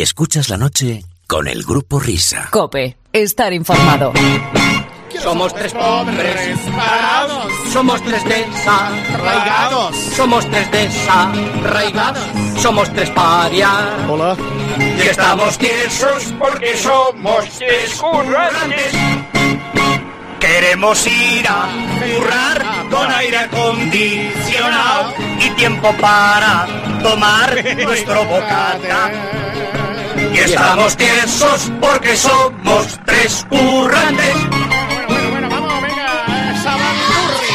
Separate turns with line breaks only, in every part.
Escuchas la noche con el grupo Risa.
Cope, estar informado.
Somos tres pobres parados, somos tres desarraigados, somos tres desarraigados, somos tres parias.
Hola.
Y estamos tiesos porque somos tres currantes. Queremos ir a currar con aire acondicionado y tiempo para tomar nuestro bocata. Y estamos tiesos porque somos tres currantes.
Bueno, bueno, bueno, vamos, venga, Sabanturri.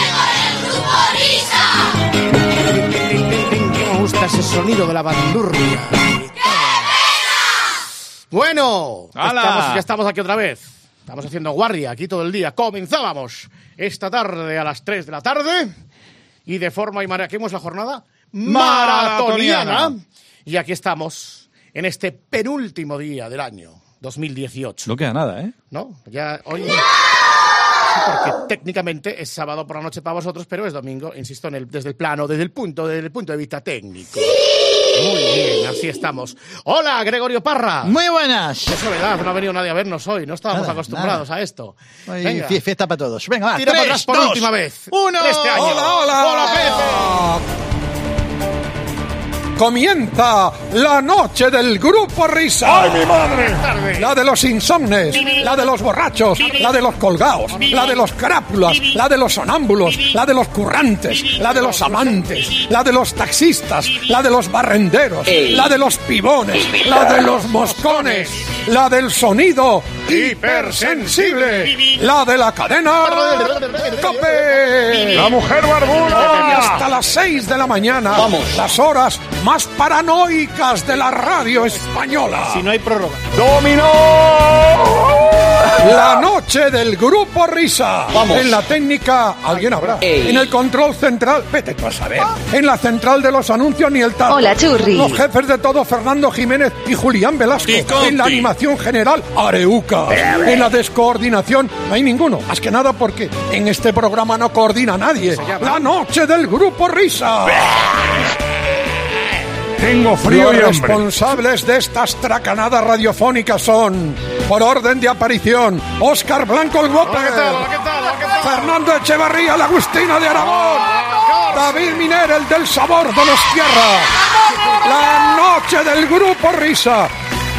Tin, tin, tin, tin, Me gusta ese sonido de la bandurria. Bueno, ya
¡Hala!
estamos, ya estamos aquí otra vez. Estamos haciendo guardia aquí todo el día. Comenzábamos esta tarde a las 3 de la tarde y de forma y manera que hemos la jornada
Maratoniana.
maratoniana. Y aquí estamos en este penúltimo día del año 2018.
No queda nada, ¿eh?
¿No? Ya hoy. Sí, Porque técnicamente es sábado por la noche para vosotros, pero es domingo, insisto, en el- desde el plano, desde el punto, desde el punto de vista técnico. Muy bien, así estamos. Hola, Gregorio Parra.
Muy buenas.
Qué soledad, no ha venido nadie a vernos hoy, no estábamos
Nada,
acostumbrados a esto.
Hoy
Venga,
fie-
tira
fiesta para todos. Venga, va.
para
tres,
atrás por
dos,
última vez.
Uno.
De Este año.
Hola, hola.
Hola, Pepe.
Comienza la noche del grupo Risa. ¡Ay, mi madre!
Buenas tardes.
La de los insomnes, la de los borrachos, la de los colgados, la de los crápulas, la de los sonámbulos, la de los currantes, la de los amantes, la de los taxistas, la de los barrenderos, la de los pibones, la de los moscones, la del sonido hipersensible, la de la cadena COPE. ¡La mujer barbuda! Y hasta las 6 de la mañana, las horas más paranoicas de la radio española.
Si no hay prórroga.
La noche del grupo Risa. En la técnica, alguien habrá. En el control central, vete tú a saber. En la central de los anuncios, ni el tal.
Hola, churri.
Los jefes de todo, Fernando Jiménez y Julián Velasco. En la animación general, Areuca. En la descoordinación, no hay ninguno. Más que nada porque en este programa no coordina nadie. La noche del grupo Risa.
Tengo
Los responsables de estas tracanadas radiofónicas son, por orden de aparición, Óscar Blanco el Guapo,
Hola, ¿qué tal? Hola, ¿qué tal? Hola, ¿qué tal?
Fernando Echevarría, la Agustina de Aragón,
Hola,
David Miner, el del sabor de los tierras, la noche del grupo Risa.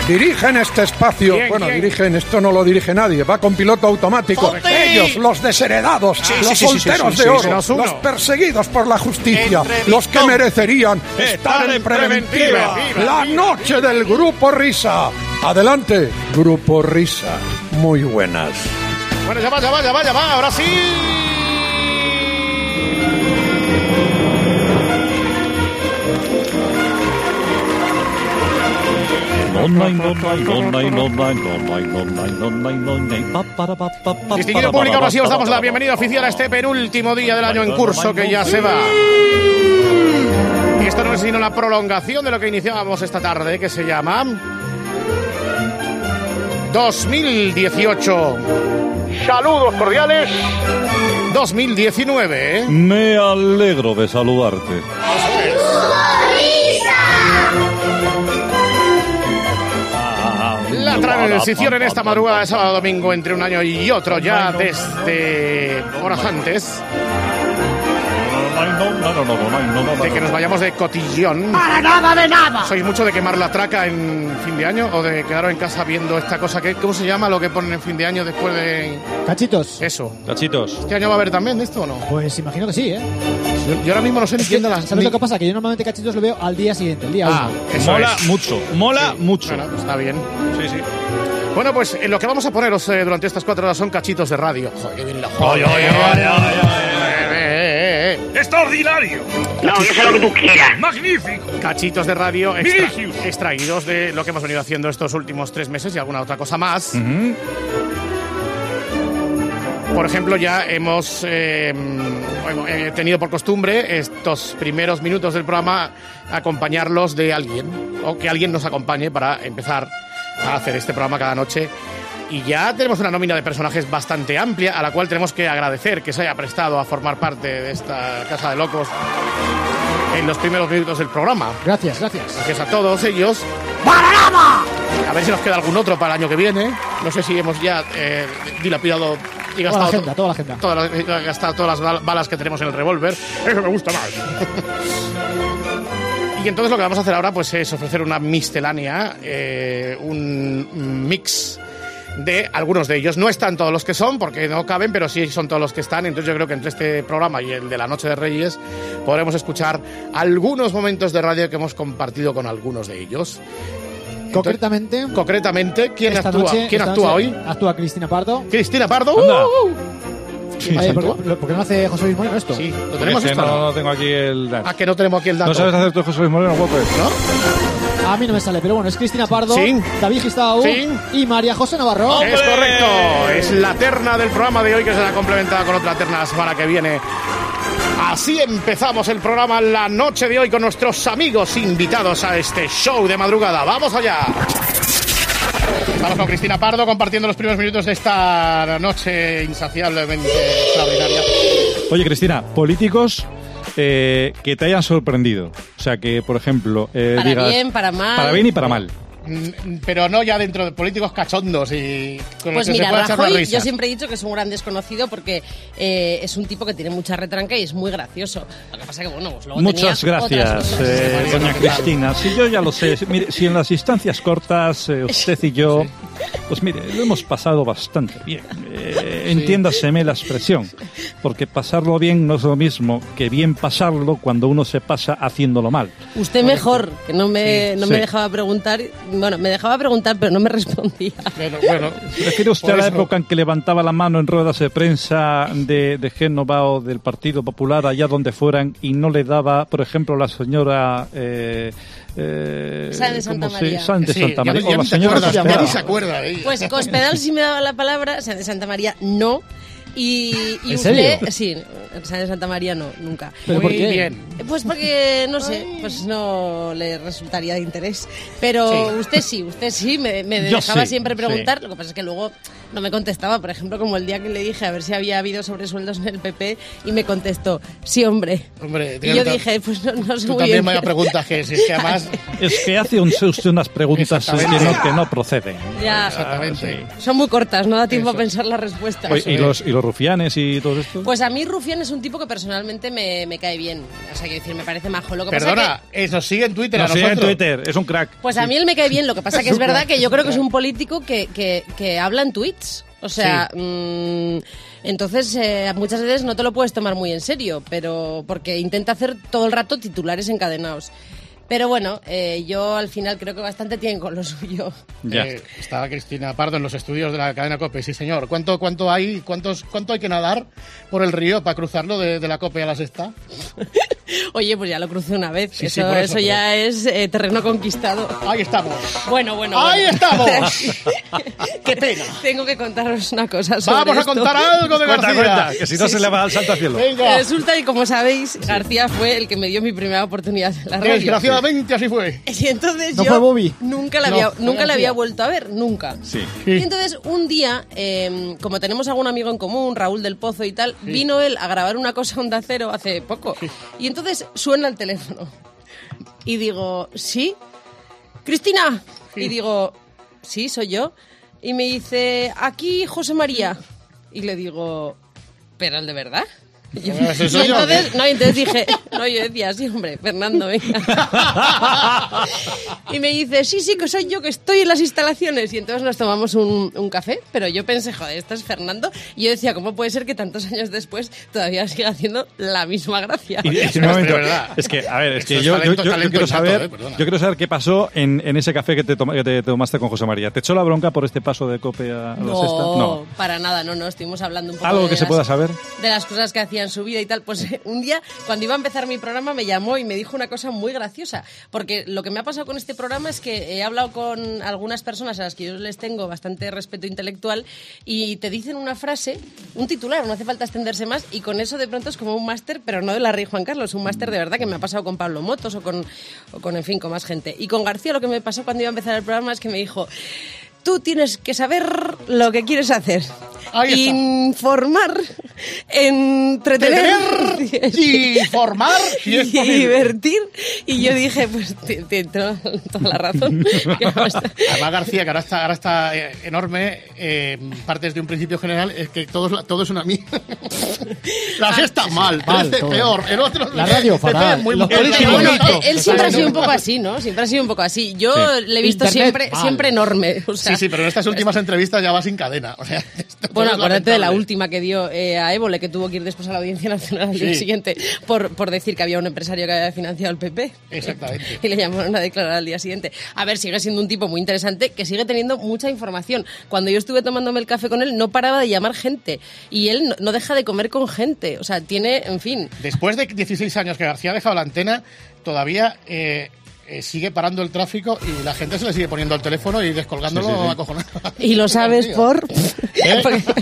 Dirigen este espacio.
Bien,
bueno,
bien.
dirigen, esto no lo dirige nadie, va con piloto automático. Ellos, los desheredados, los solteros de oro,
menos uno.
los perseguidos por la justicia,
Entrevistón.
los que merecerían
Estar
estar
en
en preventiva.
preventiva.
La noche del Grupo Risa. Adelante, Grupo Risa. Muy buenas.
Bueno, ya va, ya va, ya va, ya va, ahora sí. Distinguido público, ahora sí os damos la bienvenida oficial a este penúltimo día del año en curso que ya se va. Y esto no es sino la prolongación de lo que iniciábamos esta tarde, que se llama 2018. Saludos cordiales. 2019. ¿eh?
Me alegro de saludarte.
La transición en esta madrugada de sábado a domingo entre un año y otro, ya desde horas antes de que nos vayamos de cotillón.
para nada de nada.
¿Sois mucho de quemar la traca en fin de año o de quedaros en casa viendo esta cosa? que ¿Cómo se llama lo que ponen en fin de año después de
Cachitos.
eso?
Cachitos.
¿Este año va a haber también de esto o no?
Pues imagino que sí, ¿eh?
Yo, yo ahora mismo no sé ni
Es que,
quién de las...
¿Sabes lo que pasa? Que yo normalmente cachitos lo veo al día siguiente, el día
Ah,
uno.
eso
Mola
es.
mucho, mola mucho.
Bueno, pues está bien.
Sí, sí.
Bueno, pues eh, lo que vamos a poneros eh, durante estas cuatro horas son cachitos de radio. Joder, qué bien la
Ay, ay, ay, ay, ay, ay.
Eh, eh, eh,
¡Extraordinario!
No, eso es lo que tú quieras.
¡Magnífico!
eh. Cachitos de radio extra-
Vinicius.
extraídos de lo que hemos venido haciendo estos últimos tres meses y alguna otra cosa más. Por ejemplo, ya hemos eh, hemos, eh, tenido por costumbre estos primeros minutos del programa acompañarlos de alguien o que alguien nos acompañe para empezar a hacer este programa cada noche. Y ya tenemos una nómina de personajes bastante amplia, a la cual tenemos que agradecer que se haya prestado a formar parte de esta Casa de Locos en los primeros minutos del programa.
Gracias, gracias.
Gracias a todos ellos.
Para nada. llama?
A ver si nos queda algún otro para el año que viene. No sé si hemos ya eh, dilapidado y
Toda la
gastado,
agenda, toda la agenda.
todas las- eh, gastado todas las bal- balas que tenemos en el revólver. Eso me gusta más. y entonces lo que vamos a hacer ahora pues es ofrecer una miscelánea, eh, un mix de algunos de ellos. No están todos los que son, porque no caben, pero sí son todos los que están. Entonces yo creo que entre este programa y el de la Noche de Reyes podremos escuchar algunos momentos de radio que hemos compartido con algunos de ellos.
Concretamente,
Concretamente, ¿quién
esta
actúa,
noche-
¿quién
esta
actúa
noche
hoy?
Actúa Cristina Pardo.
Cristina Pardo.
Anda.
¡Uh! ¿Quién
Oye, ¿por,
actúa?
por- por qué no hace José Luis Moreno esto?
Sí, lo tenemos
Ese
esto,
no,
¿no?
no tengo aquí el dato.
Ah, que no tenemos aquí el dato.
¿No sabes hacer tú José Luis Moreno, guapo?
¿No?
A mí no me sale, pero bueno, es Cristina Pardo,
Sí.
David Gistau ¡Oh!
Sí.
y María José Navarro.
uh. Es correcto. Es la terna del programa de hoy que será complementada con otra terna la semana que viene. Así empezamos el programa la noche de hoy con nuestros amigos invitados a este show de madrugada. ¡Vamos allá! Estamos con Cristina Pardo compartiendo los primeros minutos de esta noche insaciablemente extraordinaria.
Oye, Cristina, políticos eh, que te hayan sorprendido. O sea, que, por ejemplo, eh,
Para
digas-
bien, para mal.
Para bien y para mal.
Mm, Pero no ya dentro de políticos cachondos y con los
Pues
que se
mira,
pueda echar una
Rajoy,
risa.
yo siempre he dicho que es un gran desconocido porque eh, es un tipo que tiene mucha retranca y es muy gracioso. Lo que pasa que, bueno, pues luego
Muchas
tenía otras
gracias,
cosas.
eh,
Sí,
doña
sí,
Cristina. Si yo ya lo sé, si- mire, si en las distancias cortas eh, usted y yo, pues mire, lo hemos pasado bastante bien. Eh, Entiéndaseme la expresión, porque pasarlo bien no es lo mismo que bien pasarlo cuando uno se pasa haciéndolo mal.
Usted mejor, que no me, no
sí.
me dejaba preguntar. Bueno, me dejaba preguntar, pero no me respondía.
Bueno, bueno.
¿Refiere usted
Por
a la
eso-
época en que levantaba la mano en ruedas de prensa de, de Génova o del Partido Popular, allá donde fueran, y no le daba, por ejemplo, la señora... Eh, eh,
Sáenz de Santa
¿cómo se-
María.
Sáenz de
Sí,
Santa
ya
María,
ni- ya
o la
ni te
señora
acuerdas, ya
Cospedal.
ni se acuerda de ella.
Pues Cospedal sí me daba la palabra, Sáenz de Santa María no. Y, y
¿En
usted,
serio?
sí, Sáenz de Santa María no, nunca.
¿Pero por
Muy
qué?
bien.
Pues porque, no sé, pues no le resultaría de interés. Pero
Sí.
usted sí, usted sí, me, me
Yo
dejaba
sí,
siempre
sí.
preguntar. Lo que pasa es que luego no me contestaba, por ejemplo, como el día que le dije a ver si había habido sobresueldos en el PP y me contestó, sí, hombre.
Hombre,
Y yo dije, pues no, no sé
Tú
muy
también
bien.
me preguntas que si es que además.
Es que hace un- usted unas preguntas que
Exactamente.
no, que no proceden. Ah,
Ya,
Exactamente.
son muy cortas, no da tiempo
Eso.
a pensar la respuesta.
Oye, ¿y, los, ¿Y los rufianes y todo esto?
Pues a mí Rufián es un tipo que personalmente me, me cae bien. O sea, quiero decir, me parece majo. Lo que pasa
Perdona,
que-
eh, nos sigue en Twitter a
Nos sigue
nosotros. Eh,
en Twitter, es un crack.
pues a mí él me cae bien. Lo que pasa que es verdad que yo creo que es un político que, que, que habla en tweets. O sea, mm, entonces eh, muchas veces no te lo puedes tomar muy en serio, pero porque intenta hacer todo el rato titulares encadenados. Pero bueno, eh, yo al final creo que bastante tienen con lo suyo.
Ya.
Eh, estaba Cristina Pardo en los estudios de la cadena COPE. Sí, señor. ¿Cuánto, cuánto, hay, cuántos, ¿Cuánto hay que nadar por el río para cruzarlo de, de la COPE a la sexta?
Oye, pues ya lo crucé una vez.
Sí, sí,
eso,
por eso,
eso ya es eh, terreno conquistado.
Ahí estamos.
Bueno, bueno.
¡Ahí
bueno.
estamos! ¡Qué pena!
Tengo que contaros una cosa. sobre
Vamos a
esto.
contar algo de
Cuenta,
García.
cuenta, que si no se le va al salto al cielo.
Venga.
Resulta y como sabéis, García fue el que me dio mi primera oportunidad en la radio.
Desgraciadamente así fue.
Y entonces
¿No
yo
fue Bobby?
nunca la
No,
había,
fue
nunca la
García.
había vuelto a ver, nunca.
Sí.
Y entonces un día, eh, como tenemos algún amigo en común, Raúl del Pozo y tal, vino él a grabar una cosa a Onda Cero hace poco. Y entonces suena el teléfono. Y digo, ¿sí? ¡Cristina! Y digo, sí, soy yo. Y me dice, aquí José María. Y le digo, ¿pero el de verdad? Y yo-
Ah, ese soy
y
yo,
entonces, no, y entonces dije, no, yo decía, sí, hombre, Fernando, venga. Y me dice, sí, sí, que soy yo que estoy en las instalaciones. Y entonces nos tomamos un, un café, pero yo pensé, joder, esto es Fernando. Y yo decía, ¿cómo puede ser que tantos años después todavía siga haciendo la misma gracia?
Y- es, que,
no,
un momento,
de verdad.
es que, a ver, es
Esto
que
es
yo, yo-
talento,
yo- yo
talento
quiero
innato,
saber,
eh, perdona.
yo quiero saber qué pasó en, en ese café que te, toma- que te tomaste con José María. ¿Te echó la bronca por este paso de cope a la
No,
sexta?
para nada, no, no, estuvimos hablando un poco
¿Algo
de
que se
las-
pueda saber?
de las cosas que hacía en su vida y tal. Pues eh, un día, cuando iba a empezar mi programa, me llamó y me dijo una cosa muy graciosa. Porque lo que me ha pasado con este programa es que he hablado con algunas personas a las que yo les tengo bastante respeto intelectual y te dicen una frase, un titular, no hace falta extenderse más, y con eso de pronto es como un máster, pero no de la Rey Juan Carlos, un máster de verdad que me ha pasado con Pablo Motos o con, o con, en fin, con más gente. Y con García lo que me pasó cuando iba a empezar el programa es que me dijo... Tú tienes que saber lo que quieres hacer.
Ahí está.
Informar entretener
y formar si es
y
posible.
divertir. Y yo dije, pues te- te- to- toda la razón.
Además, García, que ahora está, ahora está eh, enorme, eh, partes de un principio general, es que todo, es la- todo es una mierda. La
Ah,
sexta, mal,
Mal,
parece
todo.
peor. El otro,
La radio,
este
fatal.
muy
Los
mal.
políticos,
El
Bueno,
bonito.
él, él siempre ha sido un poco así, ¿no? Siempre ha sido un poco así. Yo le he visto
Internet,
siempre
mal.
siempre enorme. o sea,
Sí, sí, pero en estas últimas entrevistas ya va sin cadena. O sea, esto
Bueno,
todo es
acuérdate de la
lamentable.
última que dio eh, a Évole, que tuvo que ir después a la Audiencia Nacional al día
Sí.
siguiente por, por decir que había un empresario que había financiado el PP.
Exactamente.
Y le llamaron a declarar al día siguiente. A ver, sigue siendo un tipo muy interesante que sigue teniendo mucha información. Cuando yo estuve tomándome el café con él, no paraba de llamar gente. Y él no, no deja de comer con gente. O sea, tiene, en fin.
Después de 16 años que García ha dejado la antena, todavía eh, eh, sigue parando el tráfico y la gente se le sigue poniendo el teléfono y descolgándolo acojonado.
Y lo sabes
Tío.
por.
¿Eh?
porque-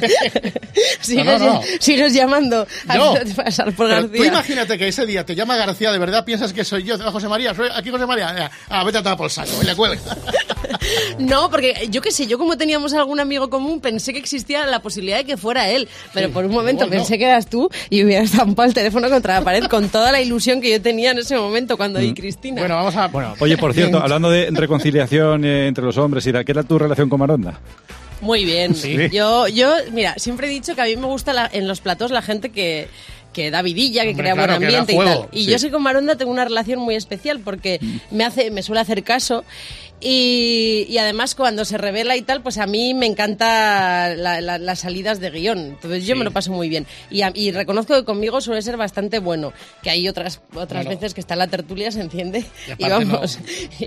sigues,
No, no, no.
sigues llamando a
Yo.
pasar por
Pero
García.
Tú imagínate que ese día te llama García, de verdad piensas que soy yo, Ah, José María, soy aquí José María, ah, vete a tapar por el saco y le cuelga.
No, porque yo qué sé, yo como teníamos algún amigo común, pensé que existía la posibilidad de que fuera él. Pero por un momento
igual no.
pensé que eras tú y hubieras estampado el teléfono contra la pared con toda la ilusión que yo tenía en ese momento cuando di Cristina.
Mm. Bueno, vamos a...
Oye, por cierto, hablando de reconciliación eh, entre los hombres y tal, ¿qué era tu relación con Maronda?
Muy bien.
Sí.
Yo, yo, mira, siempre he dicho que a mí me gusta la- en los platos la gente que que da vidilla, que
Hombre,
crea
claro,
buen
que da
ambiente y
fuego,
tal. Y
sí. Mm.
yo sé que con Maronda tengo una relación muy especial porque me hace, me suele hacer caso y, y además cuando se revela y tal, pues a mí me encanta la- la- las salidas de guión. Entonces yo me lo paso muy bien y, a- y reconozco que conmigo suele ser bastante bueno, que hay otras otras
Claro.
veces que está la tertulia se enciende
Y
y,
aparte
vamos.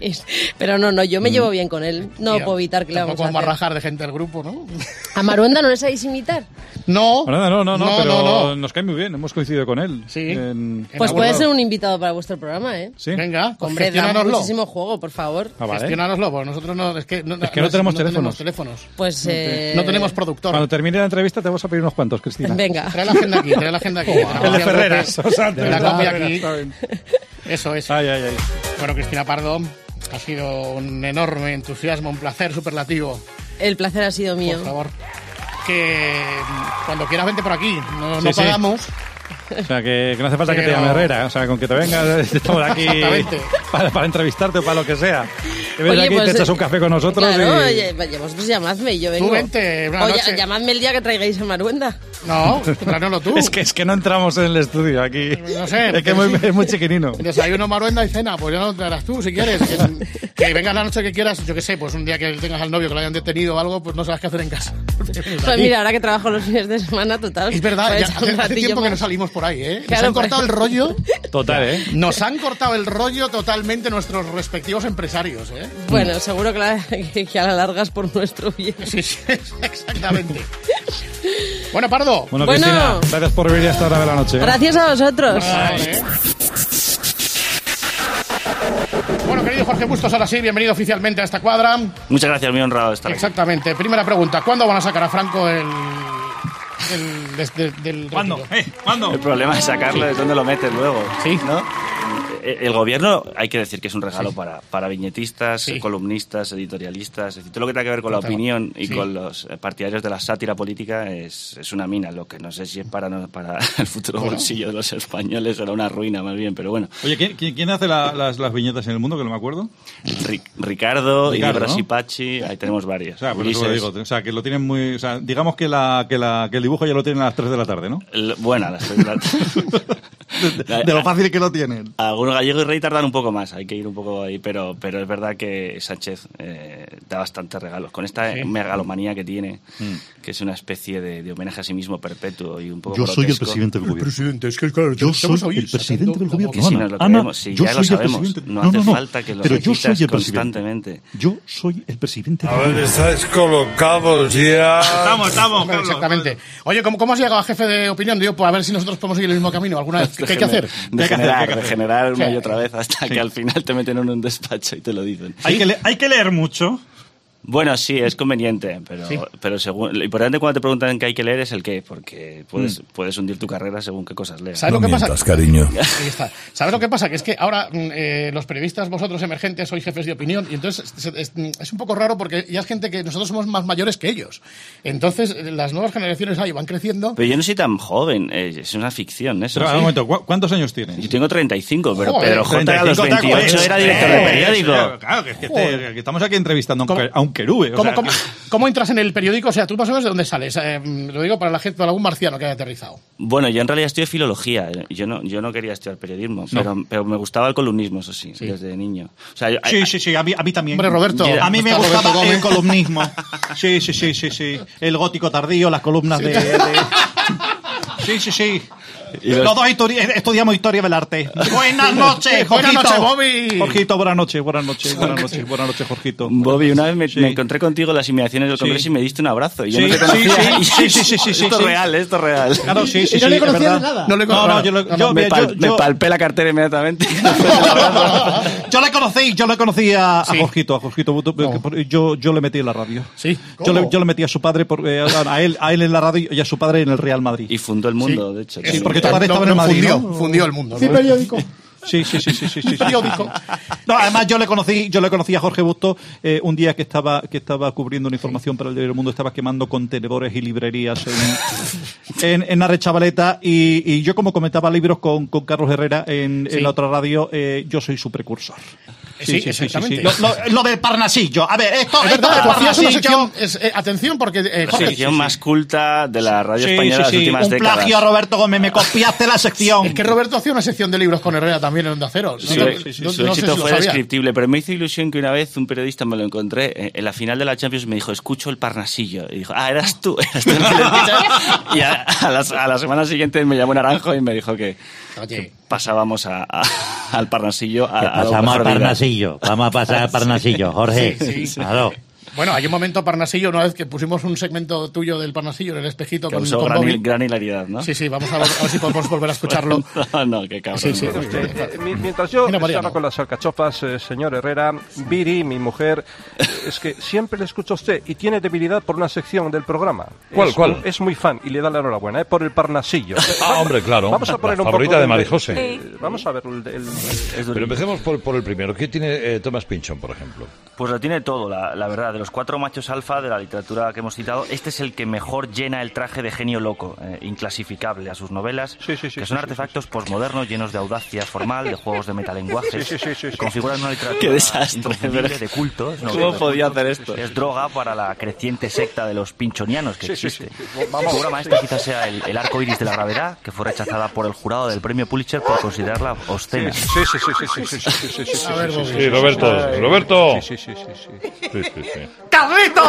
Pero no, no, yo me llevo bien con él. No
Mira,
puedo evitar que le vamos
Tampoco
a
vamos a
hacer.
rajar de gente del grupo, ¿no?
¿A Maruenda no le sabéis imitar? Oh.
No.
Maronda, no, no, no, pero
no, no.
nos cae muy bien, hemos coincidido con él.
Sí.
En-
En
Pues
la
puede
web.
ser un invitado para vuestro programa, ¿eh?
¿Sí?
Venga,
Hombre, da
gestionárnoslo.
muchísimo juego, por favor.
Ah, vale.
Gestionárnoslo, porque nosotros no... Es que no,
Es que no tenemos
tenemos
teléfonos.
teléfonos.
Pues... eh,
No tenemos productor.
Cuando termine la entrevista te vamos a pedir unos cuantos, Cristina.
Venga.
Trae la agenda aquí, trae la agenda aquí.
El de Ferreras. o sea, de
La
verdad,
copia
de
aquí.
verdad, está bien.
Eso es.
Ay, ay, ay.
Bueno, Cristina Pardo, ha sido un enorme entusiasmo, un placer superlativo.
El placer ha sido mío.
Por favor. Que mm, cuando quieras vente por aquí, no,
Sí,
no
sí.
pagamos.
O sea, que, que no hace falta que te
Pero-
llame Herrera. O sea, con que te vengas, estamos aquí
Exactamente.
para, para entrevistarte o para lo que sea. Te vienes
Oye,
aquí,
pues,
te echas un
eh,
café con nosotros
Claro,
y...
oye, vaya, vosotros llamadme y yo vengo.
vente una
O ya-
noche.
llamadme el día que traigáis a Maruenda.
No, tráelo tú.
Es que, es que no entramos en el estudio aquí.
No sé.
Es que es muy, es muy chiquinino.
Desayuno, maruenda y cena, pues ya no traerás tú si quieres. Que, que vengas la noche que quieras, yo qué sé, pues un día que tengas al novio que lo hayan detenido o algo, pues no sabes qué hacer en casa.
Pues mira, ahora que trabajo los fines de semana, total.
es verdad,
puedes
ya
echar
hace,
un
hace
ratillo
tiempo que no
más.
salimos por ahí, ¿eh? Nos
Claro,
han cortado el
pues.
rollo.
Total, ¿eh?
Nos han cortado el rollo totalmente nuestros respectivos empresarios, ¿eh?
Bueno, seguro que, la- que- que a la larga es por nuestro bien.
Sí, sí, exactamente. Bueno, Pardo.
Bueno,
Bueno.
Cristina, gracias por venir hasta ahora de la noche. ¿eh?
Gracias a vosotros.
Vale. Bueno, querido Jorge Bustos, ahora sí, bienvenido oficialmente a esta cuadra.
Muchas gracias, muy honrado de estar aquí.
Exactamente. Primera pregunta, ¿cuándo van a sacar a Franco el... el- des- de- del retiro?
¿Eh? ¿Cuándo?
El problema es sacarlo de dónde lo metes luego.
Sí.
¿no? Eh, El gobierno, hay que decir que es un regalo para, para viñetistas,
Sí.
columnistas, editorialistas, es decir, todo lo que tenga que ver con la
Total.
opinión y
Sí.
con los eh, partidarios de la sátira política es, es una mina. Lo que no sé si es para, no- para el futuro bolsillo de los españoles será una ruina más bien, pero bueno.
Oye, ¿quién, quién- quién hace la- las, las viñetas en el mundo? Que no me acuerdo.
Ri- Ricardo,
Ricardo,
y Ibras
¿no?
y Pachi, ahí tenemos varias.
O sea, por eso lo
Ulises.
digo. O sea, que lo tienen muy. O sea, digamos que, la, que, la, que el dibujo ya lo tienen a las 3 de la tarde, ¿no?
El- bueno, a las tres de la-
De lo fácil que lo tienen.
Algunos gallegos y rey tardan un poco más, hay que ir un poco ahí, pero, pero es verdad que Sánchez eh, da bastantes regalos. Con esta megalomanía que tiene,
Mm.
que es una especie de, de homenaje a sí mismo perpetuo y un poco grotesco,
del gobierno.
Presidente, es que claro, yo
estamos hoy sacando como
Que si nos lo creemos, si ya lo sabemos, no, hace falta que lo repitas constantemente.
Yo soy el presidente del
estáis colocados ya.
Estamos, estamos,
Hombre, Exactamente. Oye, ¿cómo, ¿cómo has llegado a jefe de opinión? Digo, pues a ver si nosotros podemos seguir el mismo camino alguna vez. ¿Qué hay que hacer?
Degenerar, degenerar una
Sí.
y otra vez hasta que al final te meten en un despacho y te lo dicen.
Hay que, le- hay que leer mucho.
Bueno, sí, es conveniente, pero,
Sí.
pero según, lo importante cuando te preguntan qué hay que leer es el qué, porque puedes, puedes hundir tu carrera según qué cosas leas.
Mm. ¿Sabes lo que pasa?
cariño.
Ahí está. ¿Sabes lo que pasa? Que es que ahora mm, eh, los periodistas, vosotros emergentes, sois jefes de opinión y entonces se- es, mm, es un poco raro porque ya es gente que nosotros somos más mayores que ellos. Entonces eh, las nuevas generaciones ahí van creciendo.
Pero yo no soy tan joven, eh, es una ficción eso.
Pero, a ver,
¿sí?
un momento, ¿cu- ¿cuántos años tienes?
Yo tengo 35, pero
Joder,
Pedro J a los
35 tacos.
28 era director de
Eh,
periódico.
Claro, que es que, te-
Joder.
que estamos aquí entrevistando a un que- a un querube. o
¿Cómo,
sea,
cómo-
que-
cómo entras en el periódico? O sea, tú más o menos de dónde sales. Eh, mm, lo digo para la gente, para algún marciano que haya aterrizado.
Bueno, yo en realidad estudié filología. eh, Yo no, yo no quería estudiar periodismo, Pero, pero me gustaba el columnismo, eso sí, desde niño. O sea, yo-
Sí, sí, sí, a mí, a mí también.
Hombre, Roberto,
A mí me
está
gustaba
Roberto Gómez.
el columnismo. Sí, sí, sí, sí, sí. El gótico tardío, las columnas de... de- Sí, sí, sí.
Y los-
Los dos histori- estudiamos historia del arte. Buenas noches, Jorgito.
Buenas noches, Bobby.
Jorgito, buenas noches, buenas noches, buenas noches, buenas noches, Jorgito.
Bobby, una vez me, me encontré contigo en las inmediaciones del
Sí.
Congreso y me diste un abrazo. Y yo
Sí,
no te
sí,
conocía.
sí,
Y-
sí, sí, sí, sí, sí,
Esto es
sí.
real, esto es real.
Claro, sí, sí, Y no sí, le es conocías verdad. nada. No le cono- No, no, yo lo- yo-
me,
yo-
pal-
yo-
me palpé la cartera inmediatamente.
Yo le conocí, yo le conocí a, a Jorgito, a Jorgito Buto, que por- yo, yo le metí en la radio. Oh. Sí. Yo le,
¿Cómo?
yo le metí a su padre, por- eh, a, a él, a él en la radio y a su padre en el Real Madrid.
Y fundó el mundo, de hecho.
Sí, porque tu padre estaba en el Madrid. ¿no? Sí,
periódico.
Sí, sí, sí, sí, sí, sí, sí. No, además yo le conocí, yo le conocí a Jorge Busto eh, un día que estaba que estaba cubriendo una información para el diario El Mundo, estaba quemando contenedores y librerías en, en, en Arrechavaleta y, y yo como comentaba libros con, con Carlos Herrera en, en
Sí.
la otra radio, eh, yo soy su precursor.
Sí, exactamente.
Lo, lo- lo del Parnasillo. A ver, esto,
Es
esto
verdad,
del
por cierto, es una
Parnasillo.
sección- es, eh, atención, porque. eh,
La
Jorge,
sección más culta de la radio
Sí,
española de las
sí, sí,
últimas
un
décadas.
plagio a Roberto Gómez, me copiaste la sección.
Es que Roberto hacía una sección de libros con Herrera también en Onda Cero.
Su, su
No- no- no sé
éxito
si lo
fue
sabía.
descriptible, pero me hizo ilusión que una vez un periodista me lo encontré eh, en la final de la Champions y me dijo, escucho el Parnasillo. Y dijo, ah, eras tú. eras tú el periodista". y a, a las- a la semana siguiente me llamó Naranjo y me dijo que, que pasábamos a- a- al Parnasillo. A, a lo
Pasamos al
mejor de la-
Parnasillo. Vamos a pasar al Parnasillo, Jorge.
Sí, sí, sí.
Claro.
Bueno, hay un momento Parnasillo, una vez que pusimos un segmento tuyo del Parnasillo en el espejito con,
Causó
con
gran,
Bobby.
gran hilaridad, ¿no?
Sí, sí, vamos a ver, a ver si podemos volver a escucharlo.
no, no, qué cabrón.
Sí, sí.
eh, Mientras yo estaba con las alcachofas, eh, señor Herrera, Viri, mi mujer, eh, es que siempre le escucho a usted y tiene debilidad por una sección del programa.
¿Cuál,
Es-
cuál?
Es muy fan y le da la enhorabuena, eh, por el Parnasillo.
Ah, hombre, claro.
Vamos a
La
poner un
favorita
poco
de Marijose.
eh, Vamos a ver el- el,
Pero empecemos por, por el primero. ¿Qué tiene eh, Thomas Pinchon, por ejemplo?
Pues lo tiene todo, la, la verdad. De los cuatro machos alfa de la literatura que hemos citado, este es el que mejor llena el traje de genio loco, eh, inclasificable a sus novelas, que son artefactos posmodernos llenos de audacia formal, de juegos de metalenguaje.
Sí, sí, sí, sí, sí.
Configuran una literatura
Qué desastre,
inconfundible
pero-
de culto. es
¿Cómo
novela.
podía
hacer esto? Es droga para la creciente secta de los pinchonianos que
Sí, sí, sí.
existe.
Vamos.
Su obra maestra quizás sea el, el arco iris de la gravedad, que fue rechazada por el jurado del premio Pulitzer por considerarla obscena.
Sí, sí, sí, sí, sí, sí, sí, sí, sí, sí, sí, sí, sí,
Sí, Roberto.
Ay.
Roberto.
Sí, sí, sí, sí, sí.
Sí, sí, sí.
¡Carlito!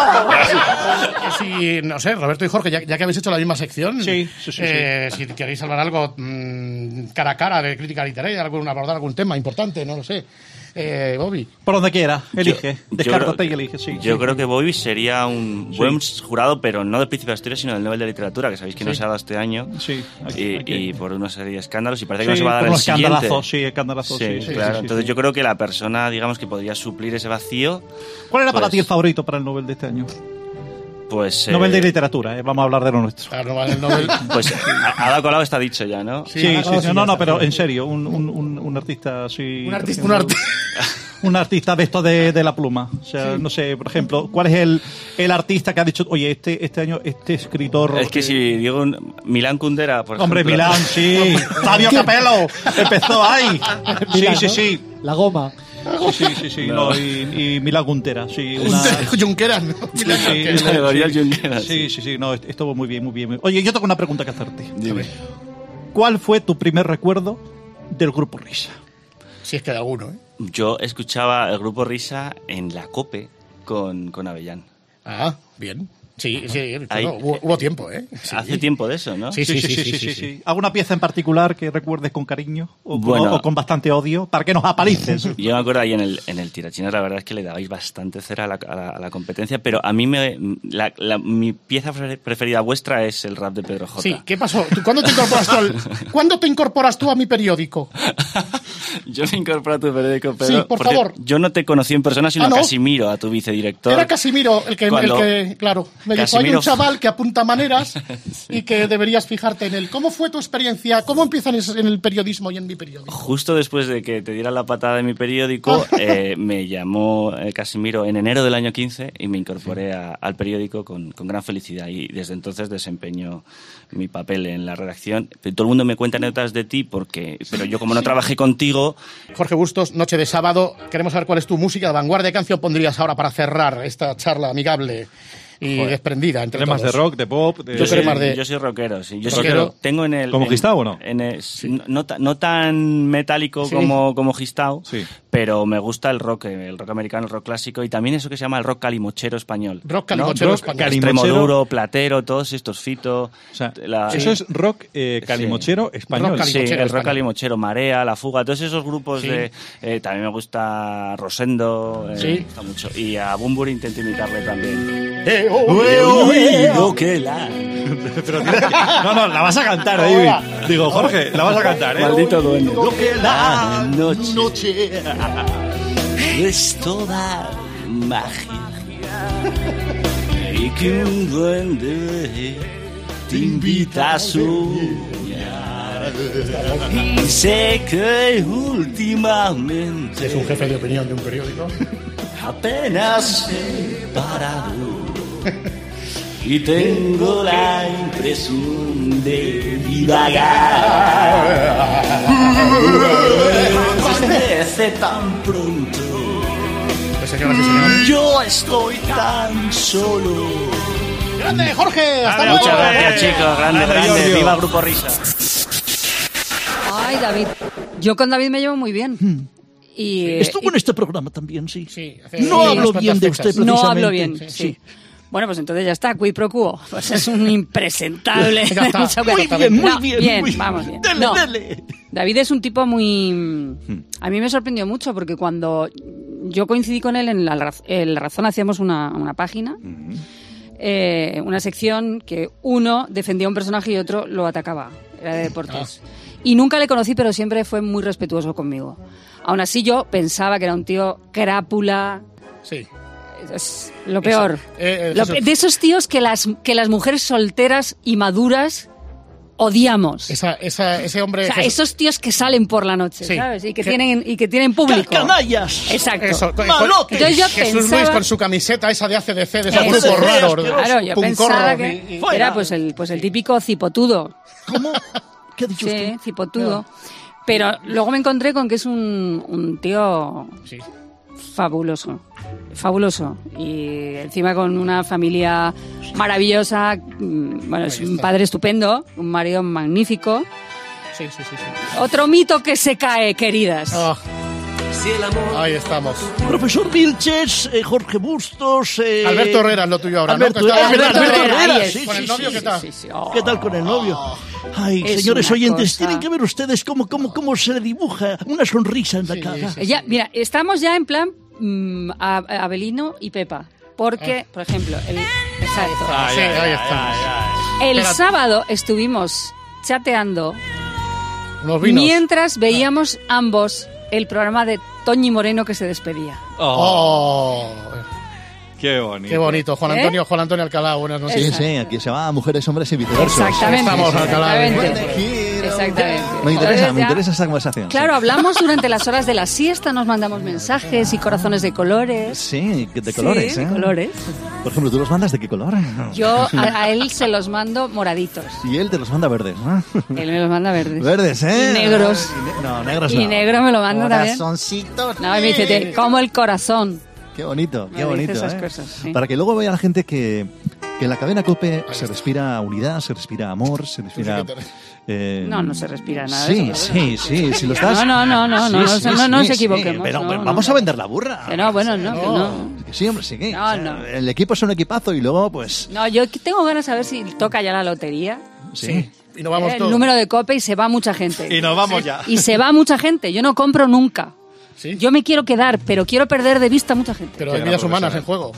Si, no sé, Roberto y Jorge, ya, ya que habéis hecho la misma sección,
sí, sí,
eh, si queréis hablar algo mm, cara a cara de crítica literaria, algún, abordar algún tema importante, no lo sé. Eh, Bobby.
Por donde quiera, elige.
Yo- yo
Descártate
creo-
y elige, sí.
Yo
sí.
creo que Bobby sería un
Sí.
buen jurado, pero no del Príncipe de Asturias, sino del Nobel de Literatura, que sabéis que no
Sí.
se ha dado este año.
Sí,
y, y por una serie de escándalos, y parece que
Sí,
no se va a dar
por
el
los
siguiente.
escandalazos, sí, escandalazos, sí, sí,
claro.
sí, sí,
Entonces
sí.
yo creo que la persona, digamos, que podría suplir ese vacío,
¿Cuál era para
pues-
ti el favorito para el Nobel de este año?
pues... eh,
Nobel de literatura, eh, vamos a hablar de lo nuestro.
Pues ha ha dado colado, está dicho ya, ¿no?
Sí, sí, sí, no, no, pero en serio, un, un, un, un artista así.
Un artista-
por ejemplo, un artista de esto de, de la pluma. O sea, no sé, por ejemplo, ¿cuál es el, el artista que ha dicho, oye, este, este año, este escritor.
Es que si digo un- Milán Kundera, por
Hombre,
ejemplo.
Milán, sí. Fabio Capello empezó ahí. Sí,
Milán,
sí,
¿no?
sí.
La goma.
Sí, sí, sí, sí,
No.
no, y, y Milán Guntera, sí. Una...
Junqueras, ¿no?
Sí,
Milán
sí,
Junqueras.
sí,
Editorial
sí.
Junqueras,
Sí, sí, sí, no, est- estuvo muy bien, muy bien. muy bien. Oye, yo tengo una pregunta que hacerte. ¿Cuál fue tu primer recuerdo del grupo Risa?
Si es que de alguno, ¿eh?
Yo escuchaba el grupo Risa en la COPE con, con Avellán.
Ah, bien. Sí, sí,
Ahí-
claro, hubo, hubo tiempo, ¿eh? Sí.
Hace tiempo de eso, ¿no?
Sí, sí, sí, sí, sí, sí, sí.
¿Alguna pieza en particular que recuerdes con cariño o con,
Bueno.
o con bastante odio? ¿Para que nos apalices?
Yo me acuerdo ahí en el, en el tirachinas, la verdad es que le dabais bastante cera a la, a la- a la competencia, pero a mí me, la- la- mi pieza pre- preferida vuestra es el rap de Pedro J.
Sí, ¿qué pasó? ¿Tú, ¿Cuándo te incorporas tú al- ¿Cuándo te incorporas tú a mi periódico?
Yo me incorporo a tu periódico, Pedro.
Sí, por
porque
favor.
Yo no te conocí en persona, sino
Ah, ¿no?
a Casimiro, a tu vicedirector.
Era Casimiro el que, el
Cuando-
que, claro, me dijo, hay
Casimiro-
un chaval que apunta maneras y que deberías fijarte en él. ¿Cómo fue tu experiencia? ¿Cómo empiezan es- en el periodismo y en mi periódico?
Justo después de que te diera la patada de mi periódico, eh, me llamó eh, Casimiro en enero del año 15 y me incorporé a- al periódico con, con gran felicidad. Y desde entonces desempeño mi papel en la redacción. Todo el mundo me cuenta anécdotas de ti, porque, pero yo como no
Sí.
trabajé contigo,
Jorge Bustos, Noche de Sábado. Queremos saber cuál es tu música de vanguardia. ¿Qué canción pondrías ahora para cerrar esta charla amigable y desprendida entre
Temas
todos?
de rock, de pop, de...
Yo soy más de-
yo soy rockero, sí. Yo
¿Rockero?
soy- tengo en el...
¿Como
en-
Gistavo, no?
en el- no, no ta- no tan metálico
Sí.
como, como Gistao, pero me gusta el rock, eh, el rock americano, el rock clásico y también eso que se llama el rock calimochero español.
Rock calimochero español.
Extremo
Calimochero.
duro, platero, todos estos fito. la-
Eso es rock eh, calimochero español.
Sí, el rock calimochero, Marea, La Fuga, todos esos grupos
Sí.
de... eh, también me gusta Rosendo, eh,
Sí.
me gusta mucho. Y a Bumburi intento imitarle también.
Pero tienes que- No, no, la vas a cantar,
Ahora.
David. Digo, Jorge, la vas a cantar, ¿eh?
Maldito duende.
Lo que
Ah,
la
noche. es toda magia y que un duende te invita a soñar y sé que últimamente
Es un jefe de opinión de un periódico.
apenas he parado y tengo la impresión de divagar Acontece tan pronto
señoras y señores.
yo estoy tan solo
¡Grande, Jorge! ¡Hasta luego!
Muchas gracias, chicos. Grande,
Grande,
grande.
Giorgio.
Viva Grupo Risa.
Ay, David. Yo con David me llevo muy bien. Y, eh,
Hmm. Estuvo en
y-
este programa también, sí.
hace
no
unas
hablo
cuantas
bien de
fechas.
usted, precisamente.
No hablo bien, sí.
sí.
Bueno, pues entonces ya está, qui pro quo. Pues es un impresentable.
Ya está.
Mucho
Muy
cuidado.
bien, muy
No,
bien, muy bien.
vamos bien.
Dele,
No,
dele.
David es un tipo muy... A mí me sorprendió mucho porque cuando yo coincidí con él en La, Raz- en La Razón hacíamos una, una página, eh, una sección que uno defendía a un personaje y otro lo atacaba. Era de deportes. Y nunca le conocí, pero siempre fue muy respetuoso conmigo. Aún así yo pensaba que era un tío crápula,
Sí.
es lo peor.
Eso. Eh, eh,
Lo
Jesús.
pe- de esos tíos que las, que las mujeres solteras y maduras odiamos.
Esa, esa, ese hombre...
O sea,
Jesús.
esos tíos que salen por la noche,
Sí.
¿sabes? Y que,
Que-
tienen, y que tienen público.
¡Canallas!
Exacto.
Eso, con-
Entonces yo
Jesús Luis
pensaba-
con su camiseta esa de ACDC, de esos
Eso.
grupos raros. de-
Claro, yo
puncorro,
pensaba que
y- y-
era pues el, pues el típico cipotudo.
¿Cómo? ¿Qué ha
dicho Sí, cipotudo. Pero luego me encontré con que es un, un tío fabuloso. Fabuloso. Y encima con una familia maravillosa. mm, Bueno, es un padre estupendo, un marido magnífico.
Sí, sí, sí.
Otro mito que se cae, queridas.
Ah.
Ahí estamos.
Profesor Vilches, eh, Jorge Bustos... eh,
Alberto Herrera es lo tuyo ahora, ¿no?
Alberto,
Que está-
Alberto
Alberto
Herrera,
Herrera, ahí es.
sí,
¿Con
sí,
el novio
sí,
qué tal?
sí, sí. ¿Qué tal con el novio? Ay,
Es
señores
una
oyentes,
cosa.
tienen que ver ustedes cómo, cómo, cómo se dibuja una sonrisa en la cara.
Ya, mira, estamos ya en plan mm, a- a Abelino y Pepa. Porque, por ejemplo, el, exacto.
Sí, ahí estamos.
El
Espera.
sábado estuvimos chateando
Unos vinos.
mientras veíamos ambos el programa de Toñi Moreno que se despedía.
Oh.
Qué bonito.
Qué bonito. Juan
¿Eh?
Antonio, Juan Antonio Alcalá, buenas noches.
Sí, sí, aquí se va Mujeres, Hombres y Viceversos.
Exactamente.
Estamos, Alcalá.
Exactamente. Exactamente.
Me interesa,
Entonces
me
ya-
interesa esa conversación.
Claro, hablamos durante las horas de la siesta, nos mandamos mensajes y corazones de colores.
Sí, de colores,
Sí, de
¿eh?
colores.
Por ejemplo, ¿tú los mandas de qué color?
Yo a, a él se los mando moraditos.
Y él te los manda verdes, ¿no?
Él me los manda verdes.
Verdes, ¿eh?
Y negros.
Y ne- No, negros
Y
no.
negro me lo manda también.
Corazoncitos.
No, y me dice, te como el corazón.
Qué bonito, qué
Me
bonito.
dice esas
¿eh?
cosas, sí.
Para que luego vea la gente que, que en la cadena COPE se respira unidad, se respira amor, se respira... eh,
No, no se respira nada de
Sí,
eso,
sí, sí, si lo estás...
No, no, no, no, no, no, no, no nos equivoquemos,
Pero,
no,
pero
no.
vamos a vender la burra.
¿eh? Que no, bueno, no, que no.
Que Sí, hombre, sí que...
No,
o sea,
no.
El equipo es un equipazo y luego, pues...
No, yo tengo ganas de saber si toca ya la lotería.
Sí.
Y nos vamos
el
todos.
Eh, número de cope y se va mucha gente.
Y nos vamos Sí. ya.
Y se va mucha gente. Yo no compro nunca.
Sí.
Yo me quiero quedar, pero quiero perder de vista a mucha gente.
Pero hay vidas humanas en juego.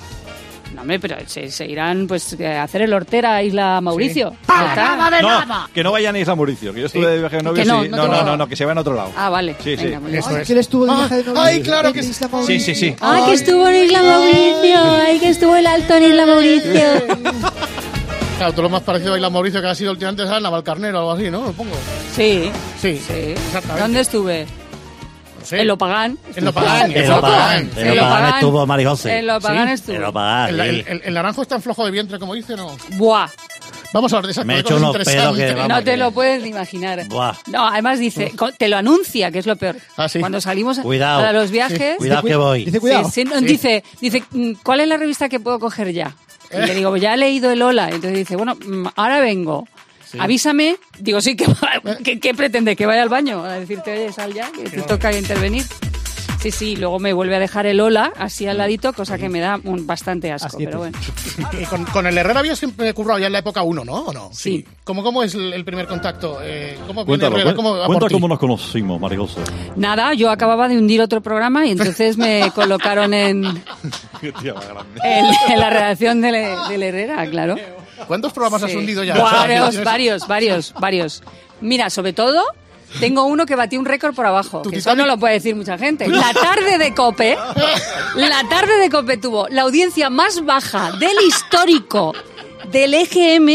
No, hombre, pero se, se irán pues a hacer el hortera a Isla Mauricio. Ya está.
No, que no vayan a Isla Mauricio, que yo estuve de viaje de novio.
Que no,
sí.
no
no,
te
no,
va.
no, no, que se vayan a otro lado.
Ah, vale.
Sí, sí.
Venga, muy bien.
Eso es.
Que él estuvo
Ah,
de viaje de novio.
ay, claro
que sí.
Sí, sí, sí.
¡Ay, que estuvo en Isla Mauricio! ¡Ay, que estuvo el alto en Isla Mauricio!
Claro, tú lo más parecido a Isla Mauricio que ha sido últimamente es a Navalcarnero o algo así, ¿no? Supongo.
Sí.
Sí. Exactamente.
¿Dónde estuve? En Lopagán.
En Lopagán,
En Lopagán, en Lopagán estuvo Marijose.
En Lopagán
Sí.
estuvo.
En Lopagán,
El, el,
sí.
el- el naranjo es tan flojo de vientre como dice, ¿no?
Buah.
Vamos a hablar de esas
Me he hecho
cosas
unos pedos que,
interesantes.
vamos,
No te lo puedes ni imaginar.
Buah.
Pues
No, además dice, co- te lo anuncia, que es lo peor.
Ah,
Cuando salimos a-
Cuidado.
para los
Sí.
viajes.
Cuidado que voy. Dice, cuidado.
Sí, sí, no,
Sí.
Dice, dice, mm, ¿cuál es la revista que puedo coger ya? Y
Eh.
le digo, "Pues ya he leído el Ola. Entonces dice, bueno, mm, ahora vengo. Avísame. Digo, sí, que ¿qué, qué pretende? ¿Que vaya al baño? A decirte, oye, sal ya, que te toca intervenir. Sí, sí, luego me vuelve a dejar el Ola así al ladito, cosa que me da un- bastante asco,
Asquete.
pero bueno.
Y con, con el Herrera había siempre currado ya en la época 1, ¿no? ¿O no? Sí. ¿Cómo, ¿Cómo es el el primer contacto? Eh, ¿Cómo viene
Cuéntalo,
Herrera?
cuenta,
¿Cómo va
cuenta
por ti?
cómo nos conocimos, Marijose.
Nada, yo acababa de hundir otro programa y entonces me colocaron en, en- en la redacción del, del Herrera, claro.
¿Cuántos programas has
Sí.
hundido ya? O
Varios,
sea,
varios, varios, varios. Mira, sobre todo, tengo uno que batí un récord por abajo. Que eso no lo puede decir mucha gente. La tarde de Cope, la tarde de Cope tuvo la audiencia más baja del histórico del EGM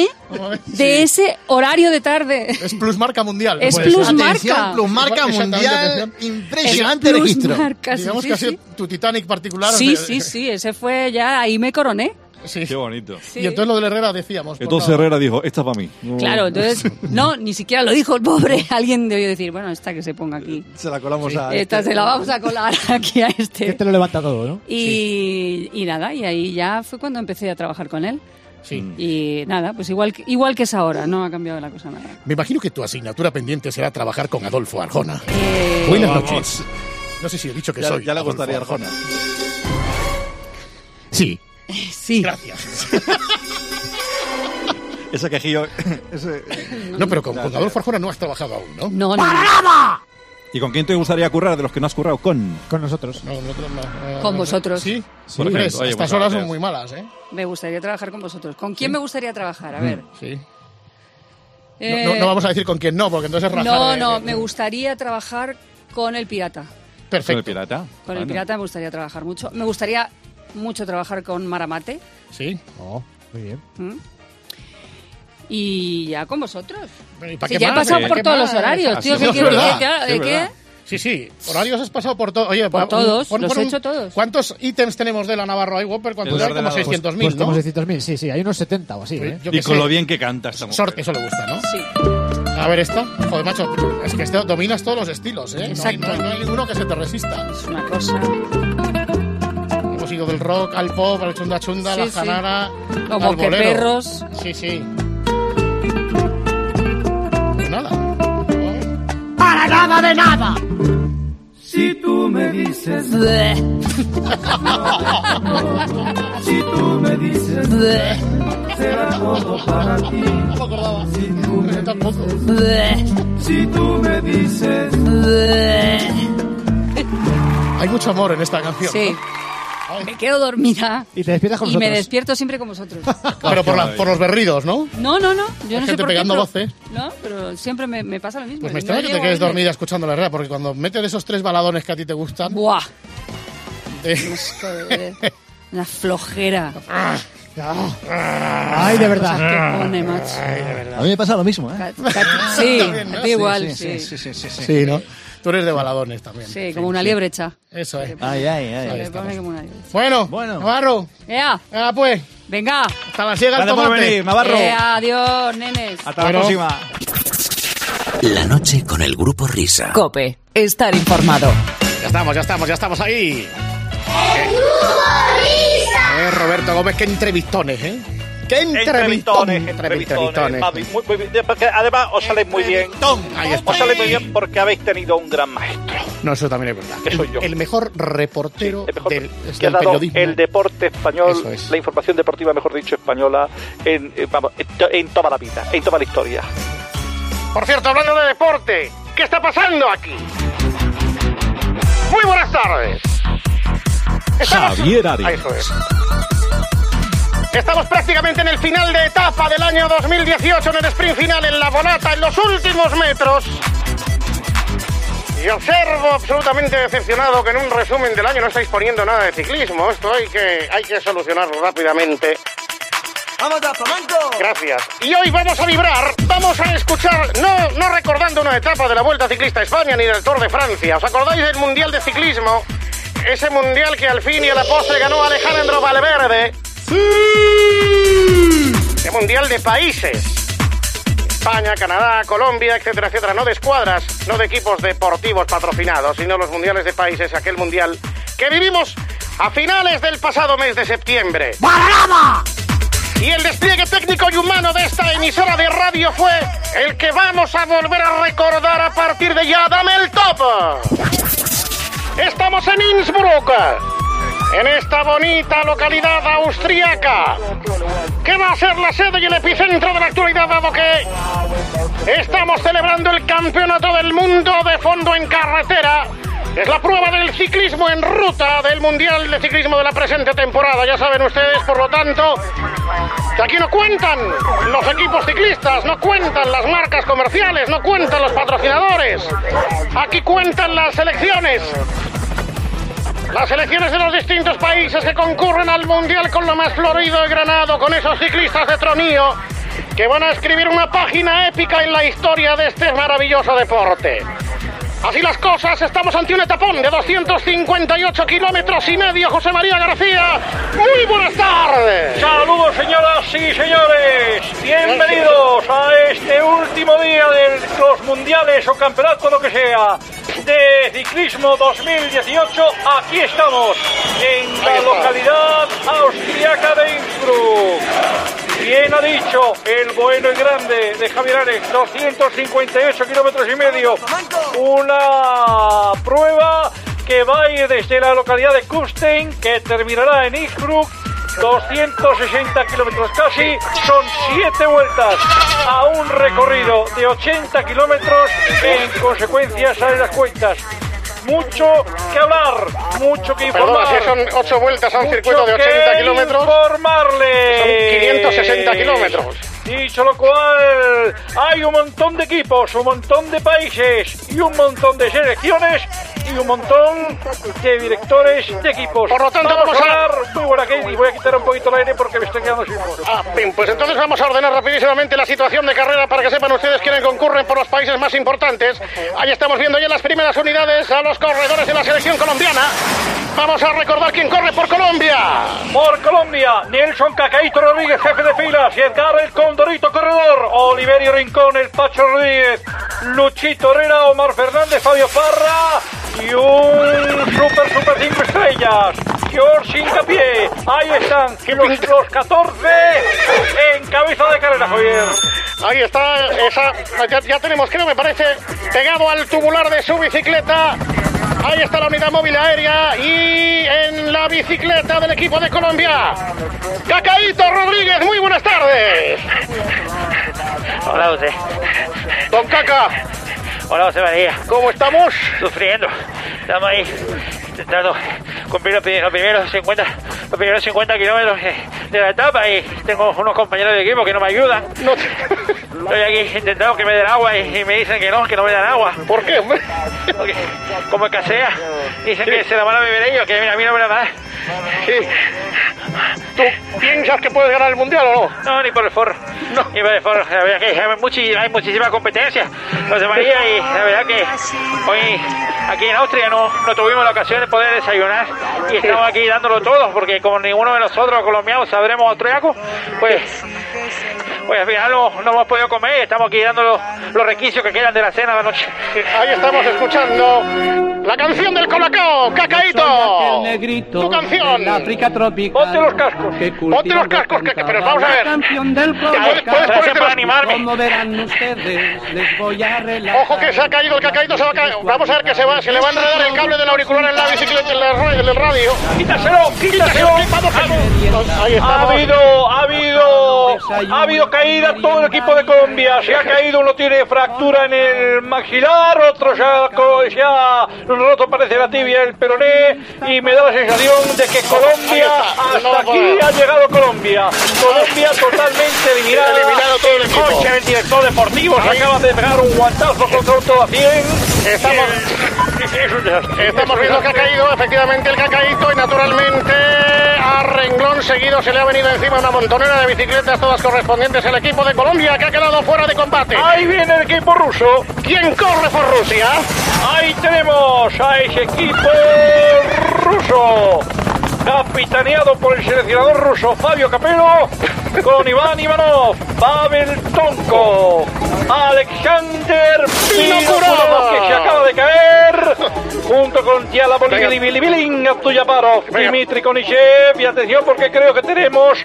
de ese horario de tarde.
Es plusmarca mundial. Pues
Es
Puede ser.
plusmarca.
Atención, plusmarca
Exactamente,
mundial,
atención.
impresionante Es registro. plusmarca, sí,
Digamos
sí,
que ha sido
sí.
tu Titanic particular. eh,
Sí,
de-
sí, sí, ese fue ya, ahí me coroné.
Sí.
Qué bonito.
Y entonces lo del Herrera decíamos. por
Entonces
favor.
Herrera dijo, esta es para mí.
Claro, entonces, no, ni siquiera lo dijo el pobre. Alguien debió decir, bueno, esta que se ponga aquí.
Se la colamos a.
Esta
este
se la vamos a colar aquí a este.
Este lo levanta todo, ¿no?
Y, y nada, y ahí ya fue cuando empecé a trabajar con él.
Sí.
Y nada, pues igual, que- igual que es ahora, no ha cambiado la cosa nada.
Me imagino que tu asignatura pendiente será trabajar con Adolfo Arjona.
Eh,
Buenas
vamos.
noches. No sé si he dicho que
Ya-
soy.
ya le
Adolfo
gustaría Arjona.
Sí.
Sí.
Gracias.
Ese quejillo. ese-
eh,
No, pero con, con Adolfo Arjona no has trabajado aún,
No,
¿no?
¿Y con quién te gustaría currar de los que no has currado? Con.
Con nosotros.
No, nosotros no. Eh,
Con
no-
vosotros.
Sí.
Por
Hombre,
ejemplo, oye,
estas
pues,
horas son
gracias.
muy malas, ¿eh?
Me gustaría trabajar con vosotros. ¿Con quién me gustaría trabajar? A
Mm.
ver.
Sí.
Eh,
No, no- no vamos a decir con quién no, porque entonces es eh, rajar
no,
de-
no,
de-
me gustaría trabajar con el pirata.
Perfecto.
Con el pirata.
Con el
Bueno.
pirata me gustaría trabajar mucho. Me gustaría mucho trabajar con Maramate.
Sí.
Oh,
muy bien.
¿Mm? Y ya con vosotros.
¿Y pa'
Si
qué
ya he
más?
pasado
¿Qué
por todos
más?
los horarios,
Ah,
tío.
sí,
¿qué
es
quieres
verdad,
que te haga?
sí, es
¿De qué?
verdad. Sí, sí, horarios has pasado por todos. Oye,
Por
va-
todos, los he
un-
hecho todos.
¿Cuántos ítems tenemos de la Navarro Eyewopper? ¿Cuántos
El
hay? Como
ordenador.
600.000,
Pues
¿no?
como 600.000, sí, sí. Hay unos 70 o así, ¿eh?
Yo
y
qué
con
sé.
lo bien que canta esta mujer.
Sorte, eso le gusta, ¿no?
Sí.
A ver esta. Joder, macho, es que este- dominas todos los estilos, ¿eh? No hay,
Exacto.
no hay- no hay ninguno que se te resista.
Es una cosa.
Hemos ido del rock al pop, al chunda chunda,
Sí,
la
sí.
janara,
Como
al
que
bolero.
perros.
Sí, sí. Pues nada.
¡Para nada de nada!
Si tú me dices, si tú me dices, será todo para ti. Si tú me dices, si tú me dices,
Hay mucho amor en esta canción.
Sí. Me quedo dormida
Y te despiertas con
y me
nosotros.
despierto siempre con vosotros.
¿no? Pero por, la- por los berridos, ¿no? Pues
No, no, no. Yo no
Hay
sé
gente
por qué,
pegando
pero-
voces.
No, pero siempre me, me pasa lo mismo.
Pues
No
me extraña que te
llego a
quedes
verme.
dormida escuchando la herrera, porque cuando metes esos tres baladones que a ti te gustan.
¡Buah!
De...
Una flojera.
Ah. Ay, de verdad.
¿Qué pone, macho?
A mí me pasa lo mismo, ¿eh?
Ca- ca- Sí,
También, ¿no?
da igual,
Sí, sí,
sí.
sí, sí, sí.
Ah, Sí, ¿no? Tú eres de baladones también.
Sí, como una liebre hecha.
Eso es.
Ay, ay,
Se
ay.
me pone como una liebre.
Bueno, Navarro.
¡Ea!
Ah, pues.
¡Venga!
Hasta la ciega el
Gracias por
tomate.
venir, Navarro.
¡Ea! ¡Adiós, nenes!
Hasta la próxima.
La noche con el grupo Risa.
Cope, estar informado.
Ya estamos, ya estamos, ya estamos ahí. Eh, Roberto Gómez, qué entrevistones, ¿eh? Qué entrevistones. Entrevistones.
papi, muy- muy bien, porque además os sale muy bien. Os sale muy bien porque habéis tenido un gran maestro.
No, eso también es verdad.
Que soy yo.
El mejor reportero del,
que ha
del
dado
periodismo.
el deporte español, la información deportiva, mejor dicho, española, en, eh, vamos, en to- en toda la vida, en toda la historia.
Por cierto, hablando de deporte, ¿qué está pasando aquí? Muy buenas tardes.
Javier Arias.
Ahí, joder.
Estamos prácticamente en el final de etapa del año 2018 en el sprint final en la volata, en los últimos metros. Y observo absolutamente decepcionado que en un resumen del año no estáis poniendo nada de ciclismo. Esto hay que, hay que solucionarlo rápidamente. ¡Vamos a Gracias. Y hoy vamos a vibrar, vamos a escuchar, no, no recordando una etapa de la Vuelta Ciclista a España ni del Tour de Francia. ¿Os acordáis del Mundial de Ciclismo? Ese Mundial que al fin y a la postre ganó Alejandro Valverde. ¡Sí! Ese Mundial de países. España, Canadá, Colombia, etcétera, etcétera. No de escuadras, no de equipos deportivos patrocinados, sino los mundiales de países, aquel mundial que vivimos a finales del pasado mes de septiembre. ¡Barraba! Y el despliegue técnico y humano de esta emisora de radio fue el que vamos a volver a recordar a partir de ya. ¡Dame el topo! Estamos en Innsbruck, en esta bonita localidad austríaca, que va a ser la sede y el epicentro de la actualidad, dado que estamos celebrando el campeonato del mundo de fondo en carretera. Es la prueba del ciclismo en ruta del Mundial de Ciclismo de la presente temporada, ya saben ustedes, por lo tanto, que aquí no cuentan los equipos ciclistas, no cuentan las marcas comerciales, no cuentan los patrocinadores, aquí cuentan las selecciones. Las selecciones de los distintos países que concurren al Mundial con lo más florido y granado, con esos ciclistas de tronío que van a escribir una página épica en la historia de este maravilloso deporte. Así las cosas, estamos ante un etapón de 258 kilómetros y medio, José María García. Muy buenas tardes.
Saludos señoras y señores, bienvenidos a este último día de los mundiales o campeonato, lo que sea, de ciclismo 2018. Aquí estamos, en la localidad austriaca de Innsbruck. Bien ha dicho el bueno y grande de Javier Ares, 258 kilómetros y medio. Una prueba que va a ir desde la localidad de Kustein, que terminará en Innsbruck, 260 kilómetros casi, son 7 vueltas a un recorrido de 80 kilómetros, en consecuencia salen las cuentas. Mucho que hablar, mucho que
Perdona,
informar.
si son 8 vueltas a un
Mucho
circuito de 80
que
kilómetros.
Informarle.
Son 560 kilómetros.
Dicho lo cual, hay un montón de equipos, un montón de países y un montón de selecciones y un montón de directores de equipos. Por lo
tanto, vamos a-
hablar. Muy buena, Katie. Voy a quitar un poquito el aire porque me estoy quedando sin voz.
Bien, pues entonces vamos a ordenar rapidísimamente la situación de carrera para que sepan ustedes quiénes concurren por los países más importantes. Ahí estamos viendo ya en las primeras unidades a los corredores de la selección colombiana. Vamos a recordar quién corre por Colombia.
Por Colombia, Nelson Cacaíto Rodríguez, jefe de filas, y Edgar el Condorito Corredor, Oliverio Rincón, el Pacho Rodríguez, Luchito Herrera, Omar Fernández, Fabio Parra, y un super, super cinco estrellas, George Hincapié. Ahí están los, los 14 en cabeza de carrera, Javier.
Ahí está, esa, ya, ya tenemos, creo, me parece, pegado al tubular de su bicicleta. Ahí está la unidad móvil aérea y en la bicicleta del equipo de Colombia. Cacaíto Rodríguez, muy buenas tardes.
Hola, José.
Don Caca.
Hola, José María.
¿Cómo estamos?
Sufriendo. Estamos ahí intentando cumplir los, pri- los primeros 50, los primeros 50 kilómetros eh, de la etapa y tengo unos compañeros de equipo que no me ayudan. Estoy aquí intentando que me den agua y, y me dicen que no, que no me dan agua.
¿Por qué?
Porque, como escasea, dicen que se la van a beber ellos, que a mí no me la dan.
¿Tú piensas que puedes ganar el mundial o no?
No, ni por el forro. Ni por el forro. La verdad que hay, muchi- hay muchísima competencia, José María, y la verdad que hoy aquí en Austria no, no tuvimos la ocasión de poder desayunar y estamos aquí dándolo todo, porque como ninguno de nosotros colombianos sabremos austriaco, pues, pues al final no, no hemos podido comer y estamos aquí dando los, los requisitos que quedan de la cena de la noche.
Ahí estamos escuchando la canción del Colacao, Cacaíto. Tu canción. África
tropical. Ponte los cascos.
Ponte los cascos, que, que- pero vamos a ver. Ya puedes- puedes ponerte los- Ojo que se ha caído, el que ha caído se va a caer. Vamos a ver que se va, se le va a enredar el cable del auricular en la bicicleta, en la ra- en el radio.
Quítaselo, quítaselo.
Vamos, vamos. Ahí
Ha
estamos.
habido, ha habido, ha habido caída todo el equipo de Colombia. Se ha caído, uno tiene fractura en el maxilar, otro se ha, co- se ha roto, parece la tibia, el peroné. Y me da la sensación de que Colombia,
Ahí está. No va
hasta
a
aquí
poder.
ha llegado Colombia. Colombia. Colombia totalmente eliminada.
Eliminado todo el equipo.
Coche, el director deportivo, se
Ahí.
acaba de pegar un guantazo contra un todo a 100.
Estamos- Estamos viendo que ha caído, efectivamente, el que ha caído y naturalmente a renglón seguido se le ha venido encima una montonera de bicicletas, todas correspondientes al equipo de Colombia que ha quedado fuera de combate.
Ahí viene el equipo ruso.
¿Quién corre por Rusia?
Ahí tenemos a ese equipo ruso. Capitaneado por el seleccionador ruso Fabio Capello, con Iván Ivanov, Pavel Tonko, Alexander Pinokurov, que se acaba de caer, junto con Tiala Bolivili, Bili Bilin, Abdullaparov, Dimitri Konishev, y atención porque creo que tenemos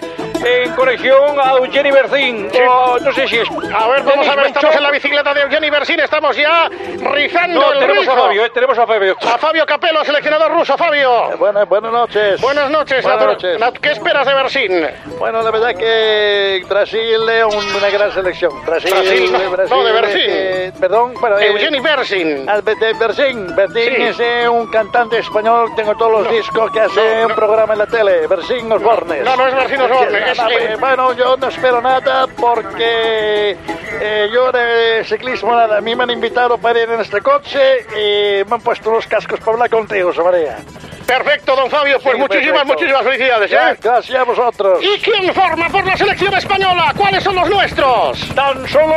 en conexión a Eugeni Berzin, o no sé si es...
A ver, vamos a ver, estamos en la bicicleta de Eugeni Bersin, estamos ya rizando
No,
el
tenemos a
rizo.
Fabio, eh, tenemos a Fabio.
A Fabio Capello, seleccionador ruso, Fabio.
Buenas, Eh, buenas noches.
Buenas noches,
Buenas
natu-
noches.
nat- ¿qué esperas de Bersin?
Bueno, la verdad es que Brasil es un- una gran selección. Brasil,
Brasil, no, no, de Bersin.
eh, perdón, bueno, eh,
Eugeni Bersin.
al Be- de Bersin. Bersin
Sí.
es eh, un cantante español. Tengo todos los discos que hace un programa en la tele. Bersin Osborne.
No, no es Bersin Osborne, es, eh,
Bueno, yo no espero nada porque eh, yo de ciclismo nada. A mí me han invitado para ir en este coche y me han puesto los cascos para hablar contigo, María.
Perfecto, don Fabio, pues
Sí,
muchísimas,
perfecto.
muchísimas felicidades, ¿eh?
Ya, Gracias a vosotros.
¿Y quién forma por la selección española? ¿Cuáles son los nuestros?
Tan solo,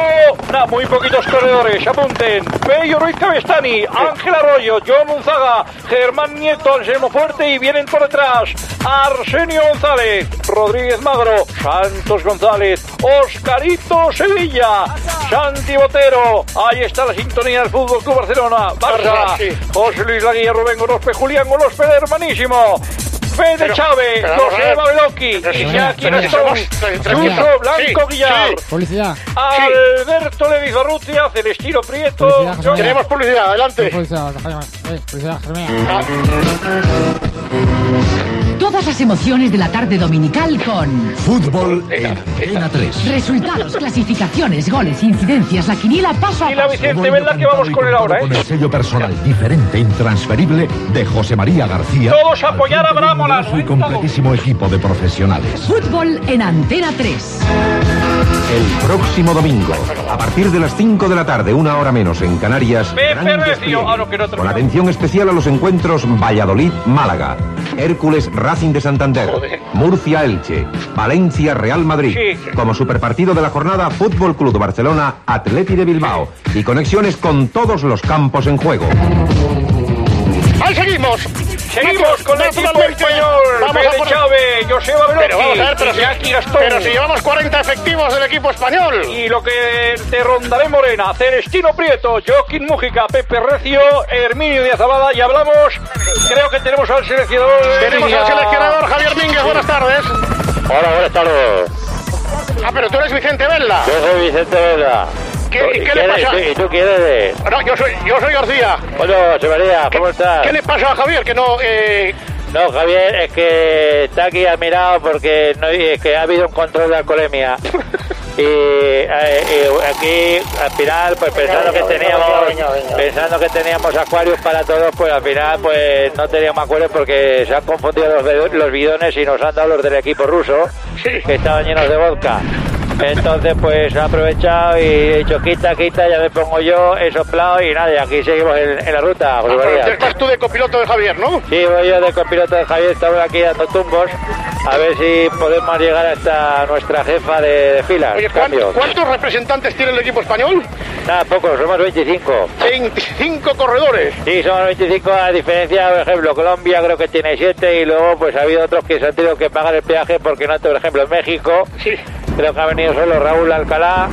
na, muy poquitos corredores, apunten. Bello Ruiz Cabestani, Ángel Arroyo, John Gonzaga, Germán Nieto, Anselmo Fuerte y vienen por detrás Arsenio González, Rodríguez Magro, Santos González, Oscarito Sevilla, Santi Botero, ahí está la sintonía del Fútbol Club Barcelona,
Barça,
Barça,
sí.
José Luis Laguía, Rubén Gorospe, Julián Gorospe, hermanísimo. Fede
Pero-
Chávez,
pero vamos a
José
ver.
Babeloki,
Pero-
Iñaki
pero-
Gastón,
pero- pero-
Suso
Sí,
Blanco Guillar,
sí.
Publicidad.
Alberto Levizarrutia, Celestino Prieto.
Publicidad, José
Tenemos publicidad, adelante.
Publicidad, Jaime. Eh, publicidad, Jaime.
Todas las emociones de la tarde dominical con
Fútbol en Antena 3.
resultados, clasificaciones, goles, incidencias, la quiniela paso a paso.
Con
eh?
el sello personal diferente, intransferible de José María García.
Todos apoyar a Bravo, la
Y completísimo equipo de profesionales.
Fútbol en Antena 3.
El próximo domingo, a partir de las 5 de la tarde, una hora menos en Canarias,
Pepe Recio. Ah, no, que no
con atención especial a los encuentros Valladolid-Málaga, Hércules-Racing de Santander, Murcia-Elche, Valencia-Real Madrid. Como superpartido de la jornada, Fútbol Club Barcelona-Atleti de Bilbao. Y conexiones con todos los campos en juego.
Ahí seguimos.
Seguimos con el equipo
Naturalmente,
español.
Vamos a
Fede
por-
Chávez, Joseba Belotti,
Pero vamos a ver, pero
Iñaki
si,
Gastón.
pero si llevamos 40 efectivos del equipo español.
Y lo que te rondaré Morena, Celestino Prieto, Joaquín Mújica, Pepe Recio, Herminio Díaz Abada y hablamos, creo que tenemos al seleccionador.
Tenemos al seleccionador Javier Mínguez, buenas tardes.
Hola, buenas tardes.
Ah, pero tú eres Vicente Vela.
Yo soy Vicente Vela.
¿Qué- y qué le
quién
pasa?
eres? ¿Y tú quién eres?
No, yo soy, yo soy García.
Hola, José María, ¿cómo estás?
¿Qué le pasa a Javier? Que no... eh,
No, Javier, es que está aquí admirado porque no, es que ha habido un control de alcoholemia. Y, eh, y aquí, al final, pues pensando que teníamos pensando que teníamos acuarios para todos, pues al final pues no teníamos acuarios porque se han confundido los, be- los bidones y nos han dado los del equipo ruso, que estaban llenos de vodka. Entonces, pues he aprovechado y he dicho, quita, quita, ya me pongo yo, he soplado y nada, y aquí seguimos en, en la ruta. José
Ah, pero
María.
estás tú de copiloto de Javier, ¿no?
Sí, voy yo de copiloto de Javier, estamos aquí dando tumbos, a ver si podemos llegar hasta nuestra jefa de, de fila.
Oye, ¿cuán-
cambio.
¿cuántos representantes tiene el equipo español?
Nada, pocos, somos 25.
25 corredores.
Sí, somos 25 a diferencia, por ejemplo, Colombia creo que tiene 7 y luego pues ha habido otros que se han tenido que pagar el peaje porque no, por ejemplo, en México creo que ha venido solo Raúl Alcalá.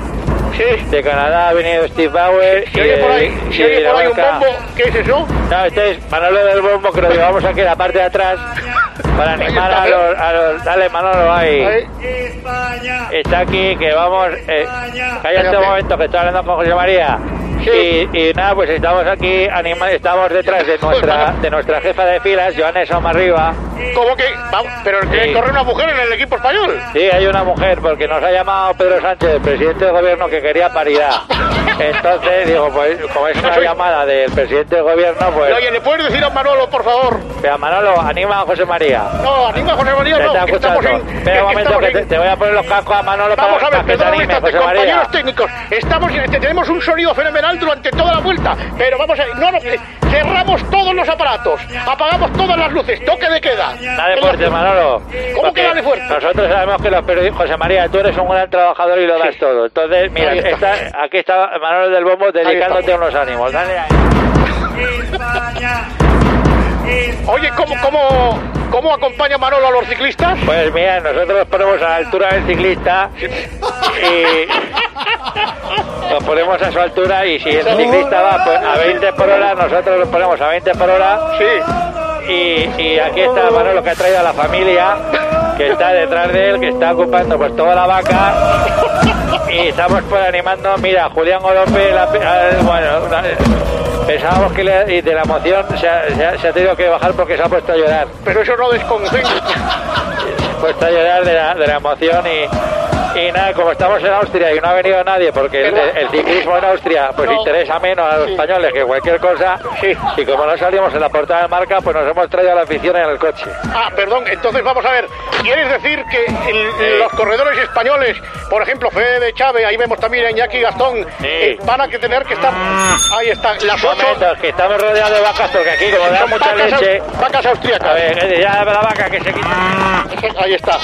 De Canadá ha venido Steve Bauer.
Si
y
oye
de-
por ahí,
y
si
de
oye por ahí un
Dinamarca.
bombo, ¿qué es eso?
No, este es Manolo del Bombo, que lo llevamos aquí en la parte de atrás para animar a los, a los... Dale, Manolo, ahí. Está aquí, que vamos... Eh, cállate un momento, que estoy hablando con José María. Y, y nada, pues estamos aquí, anima- estamos detrás de nuestra de nuestra jefa de filas, Joanes Arriba.
¿Cómo que? va- pero que
Sí.
corre una mujer en el equipo español.
Sí, hay una mujer, porque nos ha llamado Pedro Sánchez, el presidente del gobierno, que quería paridad. Entonces, digo, pues como es una llamada del presidente del gobierno, pues...
Oye, ¿le puedes decir a Manolo, por favor?
Pero Manolo, anima a José María.
No, anima a José María,
Te
no.
está
que estamos
escuchando.
en-
Espera un
que
momento,
estamos
que
en-
te, te voy a poner los cascos a Manolo para,
Vamos a ver,
para que te
perdón un
anime,
instante,
José
compañeros
María.
técnicos. Estamos, te- tenemos un sonido fenomenal durante toda la vuelta, pero vamos a no, no, eh, cerramos todos los aparatos, apagamos todas las luces, toque de queda.
Dale fuerte, Manolo.
¿Cómo
Porque
que dale fuerte?
Nosotros sabemos que los periodistas, José María, tú eres un gran trabajador y lo das todo. Entonces, mira,
Ahí está.
está- aquí está Manolo del Bombo dedicándote unos ánimos. Dale ahí.
Oye, ¿cómo, cómo, cómo acompaña Manolo a los ciclistas?
Pues mira, nosotros nos ponemos a la altura del ciclista y nos ponemos a su altura y si el ciclista va pues, a 20 por hora, nosotros nos ponemos a 20 por hora. Sí. Y, y aquí está Manolo que ha traído a la familia, que está detrás de él, que está ocupando pues toda la vaca. Y estamos pues animando, mira, Julián Olope, la, ah, bueno, la- pensábamos que le- y de la emoción se ha- se ha- se ha tenido que bajar porque se ha puesto a llorar
Pero eso no desconcentra.
puesto a llorar de la, de la emoción y, y nada, como estamos en Austria y no ha venido nadie porque el, el ciclismo en Austria pues
No.
interesa menos a los españoles que cualquier cosa y como no salimos en la portada de marca pues nos hemos traído a la afición en el coche.
Ah, perdón, entonces vamos a ver. ¿Quieres decir que el- los corredores españoles, por ejemplo, Fede, Chávez, ahí vemos también a Iñaki Gastón, eh, van a que tener que estar. Ahí están, las ocho.
Momentos, Ah. que estamos rodeados de vacas porque aquí como da
Son
mucha
vacas au-
leche...
Vacas austríacas.
A ver, ya la vaca que se quita.
Ahí está.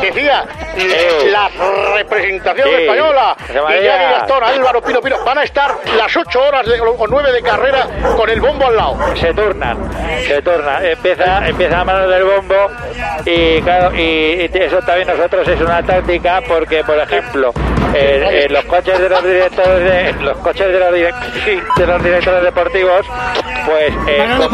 Decía,
Sí.
la representación
Sí.
española,
José María.
Iñaki Gastón, Álvaro Pino Pino, van a estar las ocho horas de- o nueve de carrera con el bombo al lado.
se turnan, se turnan. Empieza, empieza a mano del bombo y claro, y, y eso también nosotros es una táctica porque, por ejemplo, eh, eh, los coches de los directores de los coches de los, direc- de los directores deportivos, pues eh, como,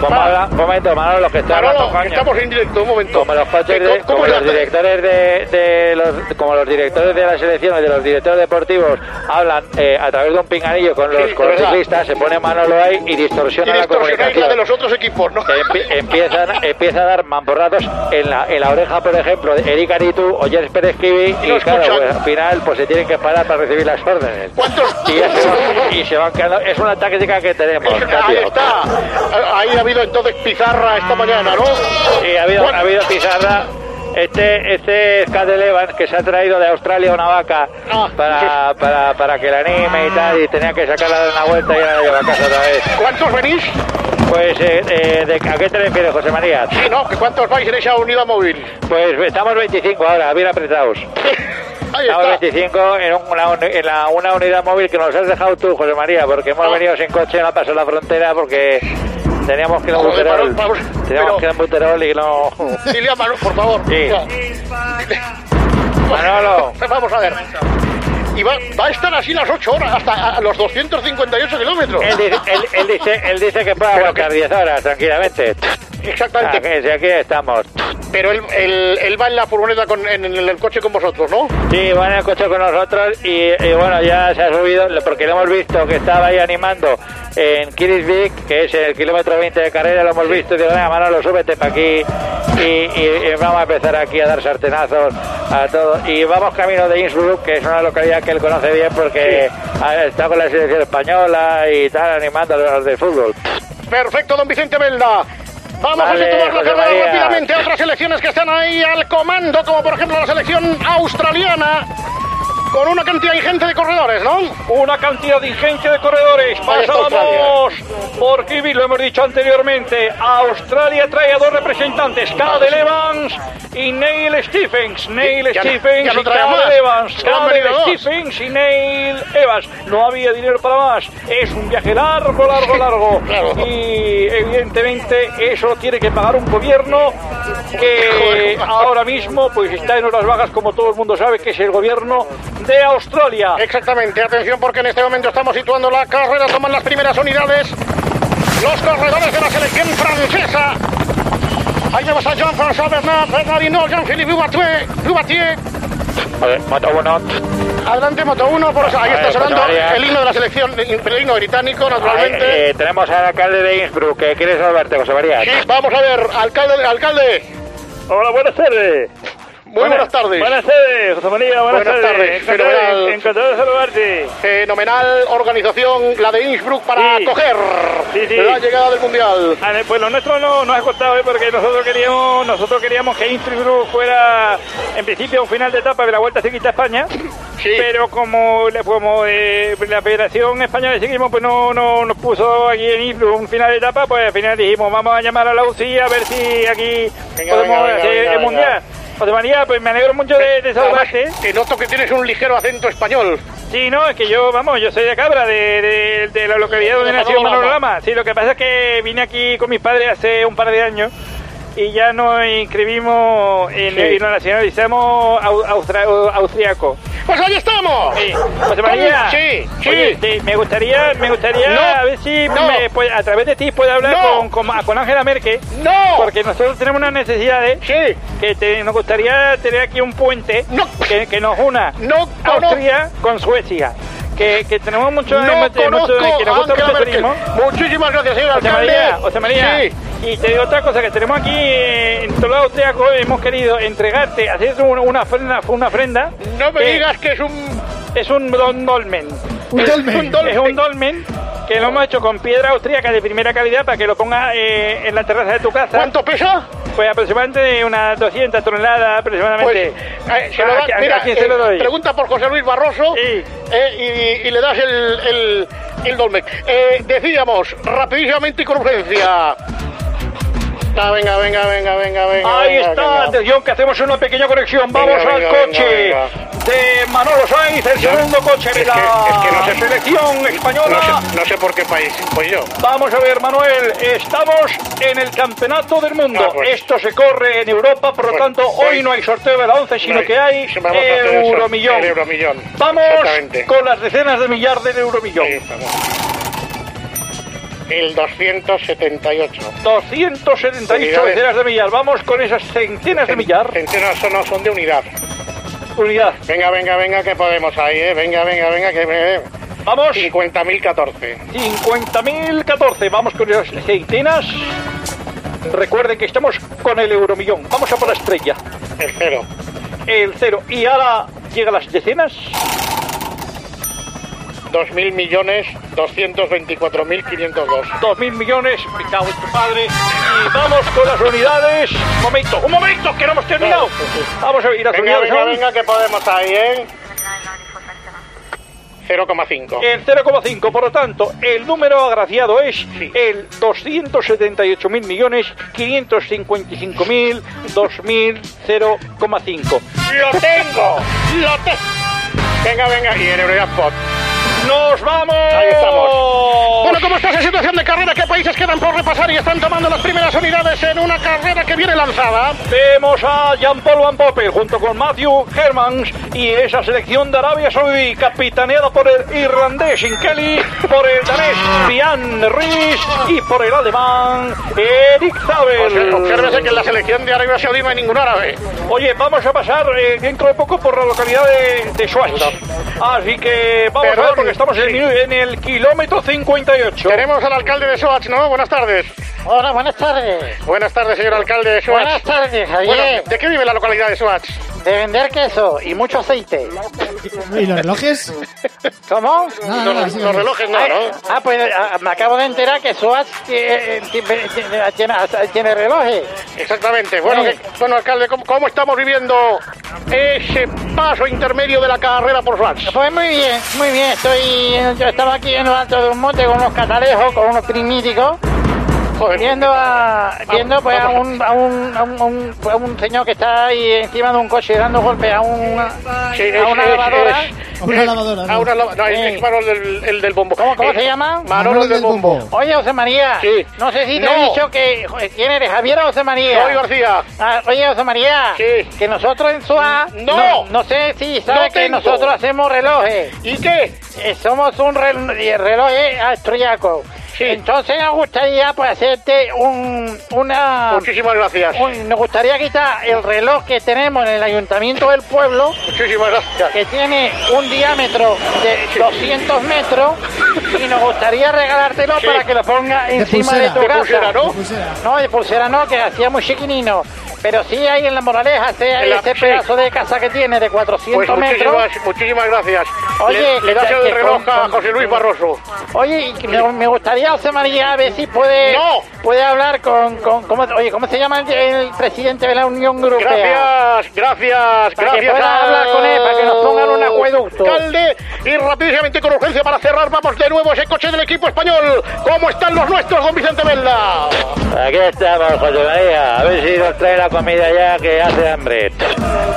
como habla- un momento, Manolo, los que están
Manolo,
hablando, coño.
estamos en directo, un momento.
como los coches
Eh,
de-
¿cómo
como
es la-
los directores de, de los como los directores de las selecciones de los directores deportivos hablan eh, a través de un pinganillo con los,
Sí,
con los
verdad.
ciclistas se pone Manolo ahí y distorsiona
Y
la
distorsionáis
comunicación
la de los otros equipos, ¿no?
Empie- empiezan, empieza a dar mamporratos en la, en la oreja, por ejemplo, de Eric Aritu o Jens Pérez Kiwi, y,
no
claro,
escuchan.
pues, al final pues se tienen que parar para recibir las órdenes. Y, ya se van, y se van quedando. Es una táctica que tenemos,
Ahí
Tapio.
está. Ahí ha habido entonces pizarra esta mañana, ¿no?
Sí, ha habido, ha habido pizarra. Este, este es Cadel Evans que se ha traído de Australia una vaca
Ah.
para, para, para que la anime y tal, y tenía que sacarla de una vuelta y ahora la lleva a casa otra vez.
¿Cuántos venís?
Pues, eh, eh, de, ¿a qué te refieres, José María?
Sí, ¿no? ¿Que ¿Cuántos vais en esa unidad móvil?
Pues estamos 25 ahora, bien apretados.
Ahí
Estamos
está.
25 en, un- una, uni- en la- una unidad móvil que nos has dejado tú, José María, porque
Ah.
hemos venido sin coche, no ha pasado la frontera porque teníamos que ir a
Joder,
Buterol.
Manolo,
Teníamos que ir a Buterol y no...
Dile a Manolo, por favor.
Sí. Manolo.
Vamos a ver. Y va, va a estar así las 8 horas, hasta a- a los 258 kilómetros.
Él dice, él- él dice- él dice que puede aguantar Ah, 10 horas tranquilamente.
Exactamente.
Aquí, sí, aquí estamos.
Pero él, él- él va en la furgoneta, con, en, en el coche con vosotros, ¿no?
Sí, van en el coche con nosotros y, y bueno, ya se ha subido porque lo hemos visto que estaba ahí animando en Kirisvik, que es el kilómetro 20 de carrera, lo hemos visto y digo, venga Manolo, súbete para aquí y, y- y vamos a empezar aquí a dar sartenazos a todos. Y vamos camino de Innsbruck, que es una localidad que él conoce bien porque ha estado con la selección española y tal, animando a los de fútbol.
Perfecto, don Vicente Velda. Vamos
Vale,
a tomar la
José
carrera
María.
rápidamente a otras selecciones que están ahí al comando, como por ejemplo la selección australiana, con una cantidad ingente de corredores, ¿no?
Una cantidad ingente de corredores.
Pasamos por Kiwi, lo hemos dicho anteriormente. Australia trae a dos representantes, Cadel Evans y Neil Stephens. Neil Ya no- Stephens ya no y trae Cadel más. Evans. Solo han Cadel venido dos. Stephens y Neil Evans. No había dinero para más. Es un viaje largo, largo, largo. Y evidentemente eso lo tiene que pagar un gobierno que ahora mismo pues está en horas bajas, como todo el mundo sabe, que es el gobierno de Australia.
Exactamente, atención porque en este momento estamos situando la carrera, toman las primeras unidades los corredores de la selección francesa. Ahí vemos a Jean-François Bernard, Bernardino, Jean-Philippe Ubatué- Ubatier.
Mató uno.
Adelante Moto 1, por ahí
Vale,
está sonando
Moto María.
el himno de la selección, el himno británico, naturalmente.
Ahí, eh, tenemos al alcalde de Innsbruck que quiere salvarte, José María.
Sí, vamos a ver, alcalde, alcalde.
Hola, buenas tardes.
buenas tardes.
Buenas tardes, José María, buenas, tardes. Encantado, de-
fenomenal.
encantado de saludarte.
Fenomenal organización, la de Innsbruck, para acoger la llegada del Mundial.
A ver, pues lo nuestro no nos ha costado, ¿eh? porque nosotros queríamos nosotros queríamos que Innsbruck fuera en principio un final de etapa de la Vuelta Ciclista a España, pero como, la- como eh, la Federación Española de Ciclismo pues no, no nos puso aquí en Innsbruck un final de etapa, pues al final dijimos vamos a llamar a la UCI a ver si aquí
Venga,
podemos
venga, venga,
hacer
venga,
el
venga.
Mundial. José María, pues me alegro mucho de, de
Además,
saludarte.
que noto que tienes un ligero acento español.
Sí, no, es que yo, vamos, yo soy de Cabra, de, de- de la localidad donde
De
nació
Manolo
Manolo
Lama.
Lama. Sí, lo que pasa es que vine aquí con mis padres hace un par de años y ya nos inscribimos en,
Sí.
y nos nacionalizamos au- austra- austriaco.
Pues ahí estamos.
Sí. José María,
Sí, sí.
oye, te- me gustaría, me gustaría
No,
a ver si
no.
me puede- a través de ti puedo hablar
No.
con, con, con Ángela Merkel.
No.
Porque nosotros tenemos unas necesidades que te- nos gustaría tener aquí un puente que, que nos una Austria con Suecia. Que, que tenemos mucho,
No
mucho-
conozco
que nos gusta
a Ángela
mucho el
Merkel.
turismo.
Muchísimas gracias, señor
José
alcalde.
María, José María.
Sí.
Y te digo otra cosa que tenemos aquí eh, en todos los austriacos hemos querido entregarte, hacer un- una ofrenda, una ofrenda.
No me digas que es un
es un don dolmen.
Un
Es-
dolmen.
Es, un dolmen que lo hemos hecho con piedra austríaca de primera calidad para que lo pongas eh, en la terraza de tu casa.
¿Cuánto pesa?
Pues aproximadamente unas 200 toneladas aproximadamente.
Eh, se lo
¿A-
da-
a-
mira,
a quién Ah, se
eh,
lo doy?
pregunta por José Luis Barroso eh, y, y le das el, el, el dolmen. Eh, decíamos, rapidísamente y con urgencia. Ah, venga, venga, venga, venga, venga.
Ahí
venga,
está,
venga.
atención que hacemos una pequeña conexión.
Venga,
Vamos
venga, venga,
al coche
venga.
de Manolo Sainz, el
Yo-
segundo coche de
es
la
que- es que no sé-
selección española.
No sé, no sé por qué país voy yo.
Vamos a ver, Manuel, estamos en el campeonato del mundo.
Ah, pues.
Esto se corre en Europa, por lo
Bueno,
tanto,
pues.
hoy no hay sorteo de la 11, sino
No,
que hay eh,
sí, vamos a hacer eso,
Euromillón.
el Euromillón.
Vamos
Exactamente.
con las decenas de millar del Euromillón.
El 278.
278
Unidades.
decenas de millar. Vamos con esas centenas de millar.
Centenas son, son de unidad.
Unidad.
Venga, venga, venga, que podemos ahí, eh. Venga, venga, venga, que eh. me.
Vamos.
50.014.
50.014. Vamos con las centenas. Recuerden que estamos con el euromillón. Vamos a por la estrella.
El cero.
El cero. Y ahora llega las decenas.
2.000 millones 224.502.
2.000 millones. Me cago en tu padre. Y vamos con las unidades. Un momento, un momento, que no hemos terminado. Vamos a ver. ¿y las
Venga,
unidades
venga,
aún?
venga, que podemos ahí, ¿eh? 0,5.
El 0,5, por lo tanto, el número agraciado es el 278.000 millones 555.000 2000 0,5.
¡Lo tengo! ¡Lo tengo! Venga, venga, y en Eurojackpot.
¡Nos vamos!
Ahí estamos. Bueno, ¿cómo está esa situación de carrera? ¿Qué países quedan por repasar y están tomando las primeras unidades en una carrera que viene lanzada?
Vemos a Jean-Paul Van Poppel junto con Matthew Hermans y esa selección de Arabia Saudí capitaneada por el irlandés Inkeli, por el danés Bian Ruiz y por el alemán Eric Zabel.
Pues, Obsérvese que en la selección de Arabia Saudí no hay ningún árabe.
Oye, vamos a pasar eh, dentro de poco por la localidad de, de Schwaz. Así que vamos a ver
Perdón,
porque estamos en el,
sí.
minu- en el kilómetro 58.
Tenemos al alcalde de Soach, ¿no? Buenas tardes.
Hola, buenas tardes.
Buenas tardes, señor alcalde de Soach.
Buenas
tardes,
Javier.
¿De qué vive la localidad de Soach?
De vender queso y mucho aceite.
¿Y los relojes?
¿Cómo?
No, no, no, sí,
Los relojes no,
Ah,
¿no?
Ah, pues ah, me acabo de enterar que Suárez tiene, tiene- tiene- tiene relojes. Eh.
Exactamente. Bueno, que- bueno alcalde, ¿cómo, cómo estamos viviendo ese paso intermedio de la carrera por Soach?
Pues muy bien, muy bien. Estoy, yo estaba aquí en lo alto de un monte con unos catalejos, con unos primiticos, viendo a, viendo pues a un, a un, a un, a un- pues, a un señor que está ahí encima de un coche dando golpes a, un, a una lavadora.
A una lavadora. Eh, A una lavadora. No, es- es Manolo del, el del bombo. ¿Cómo,
¿Cómo se llama?
Manolo del bombo.
Oye, José María,
Sí.
no sé si te
No.
he dicho que... jo- ¿Quién eres, Javier o José María?
Soy García.
Ah, oye, José María, que nosotros en SUA...
No.
No, no sé si sabes
No
que
tengo.
nosotros hacemos relojes.
¿Y qué?
eh, somos un reloj, reloj austriaco. Entonces nos gustaría pues, hacerte un, una...
Muchísimas gracias.
un- nos gustaría quitar el reloj que tenemos en el Ayuntamiento del Pueblo,
Muchísimas gracias.
que tiene un diámetro de 200 metros, y nos gustaría regalártelo
Sí.
para que lo pongas
De
encima de,
pulsera.
tu
De
casa.
pulsera, ¿no?
No, de pulsera no, que hacía muy chiquinino.
Pero sí hay en la moraleja ese,
En la-
ese
sí.
pedazo de casa que tiene de 400
Pues
metros.
muchísimas, muchísimas gracias.
Oye,
le,
que
le das
ya-
el
que
reloj
con-
a
con-
José Luis Barroso.
Oye, y que me, me gustaría, José María, a ver si puede, puede hablar con, con- ¿cómo, oye, ¿cómo se llama el, el presidente de la Unión Europea?
Gracias, gracias,
Para que
gracias.
pueda hablar con él, para que nos pongan un acueducto.
Alcalde, y rapidísamente con urgencia para cerrar, vamos de nuevo a ese coche del equipo español. ¿Cómo están los nuestros, don Vicente Velda?
Aquí estamos, José María. A ver si nos trae la comida ya que hace hambre.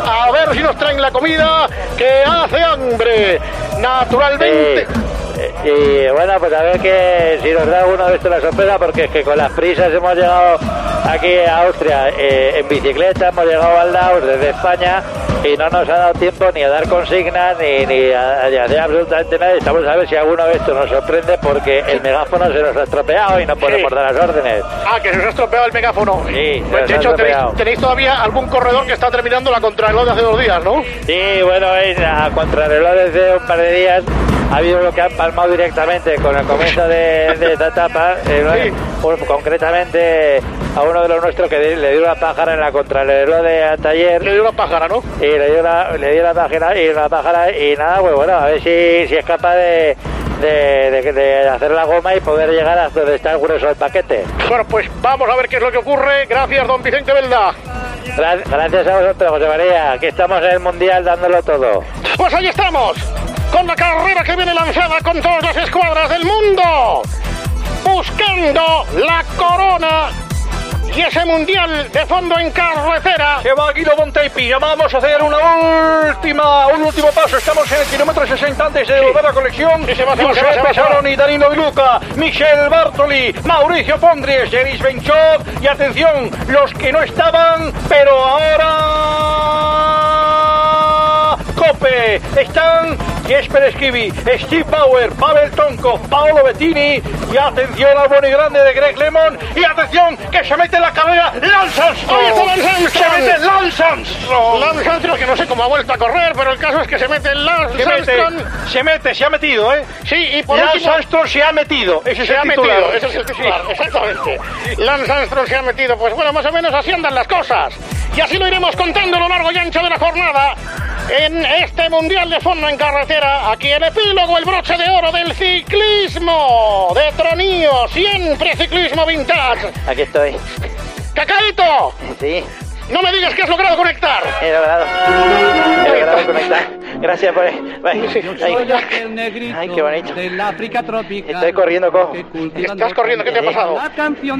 A ver si nos traen la comida que hace hambre. Naturalmente.
Y bueno, pues a ver que si nos da uno de estos la sorpresa, porque es que con las prisas hemos llegado aquí a Austria eh, en bicicleta, hemos llegado al Laos desde España y no nos ha dado tiempo ni a dar consignas ni, ni a, a hacer absolutamente nada. Estamos a ver si alguno de estos nos sorprende porque el megáfono se nos ha estropeado y no podemos dar las órdenes.
Ah, que se nos ha estropeado el megáfono.
Sí, se nos
Pues, de
ha
hecho, tenéis,
estropeado.
tenéis todavía algún corredor que está terminando la contrarreloj de hace dos días, ¿no?
Sí, bueno, es a contrarreloj de un par de días ha habido lo que han palmado directamente con el comienzo de, de esta etapa, eh, ¿no? Por- concretamente a uno de los nuestros que de- le dio una pájara en la contrarreloj de ayer. Le
dio una pájara, ¿no?
Y le dio la, le dio la pájara y la pájara y nada, pues bueno, a ver si, si es capaz de, de- de- de hacer la goma y poder llegar hasta donde está el grueso del paquete.
Bueno, pues vamos a ver qué es lo que ocurre. Gracias, don Vicente Velda.
Gra- Gracias a vosotros, José María. Aquí estamos en el Mundial dándolo todo.
Pues ahí estamos, con la carrera que viene lanzada con todas las escuadras del mundo, buscando la corona y ese mundial de fondo en carretera.
Se va Guido Montaipi, ya vamos a hacer una última, un último paso. Estamos en el kilómetro 60 antes de volver a la colección.
se va, se va, se va, se va,
Giuseppe
se va.
Saroni, Danilo Di Luca, Michel Bartoli, Mauricio Pondries, Eris Benchot y atención, los que no estaban, pero ahora... Cope, están Jesper Esquivi, Steve Bauer, Pavel Tonko, Paolo Bettini y atención al bueno y grande de Greg Lemon y atención que se mete en la carrera Lance Armstrong.
Ahí está Lance Armstrong.
Se mete Lance Armstrong.
Lance Armstrong, que no sé cómo ha vuelto a correr, pero el caso es que se mete el Lance
Se mete,
Armstrong.
se mete, se ha metido, ¿eh?
Sí, y por
Lance
último-
Armstrong se ha metido. Ese es
se
el
ha
titular.
metido, ese es el titular, exactamente. Lance Armstrong se ha metido, pues bueno, más o menos así andan las cosas. Y así lo iremos contando a lo largo y ancho de la jornada en este Mundial de Fondo en Carretera. Aquí el epílogo, el broche de oro del ciclismo de Tronío, siempre ciclismo vintage.
Aquí estoy.
¡Cacaito!
Sí.
No me digas que has logrado conectar.
He logrado. He logrado conectar. Gracias por. Bye. Ay, ay, qué bonito. Estoy corriendo, cojo.
Estás corriendo, ¿qué te ha pasado?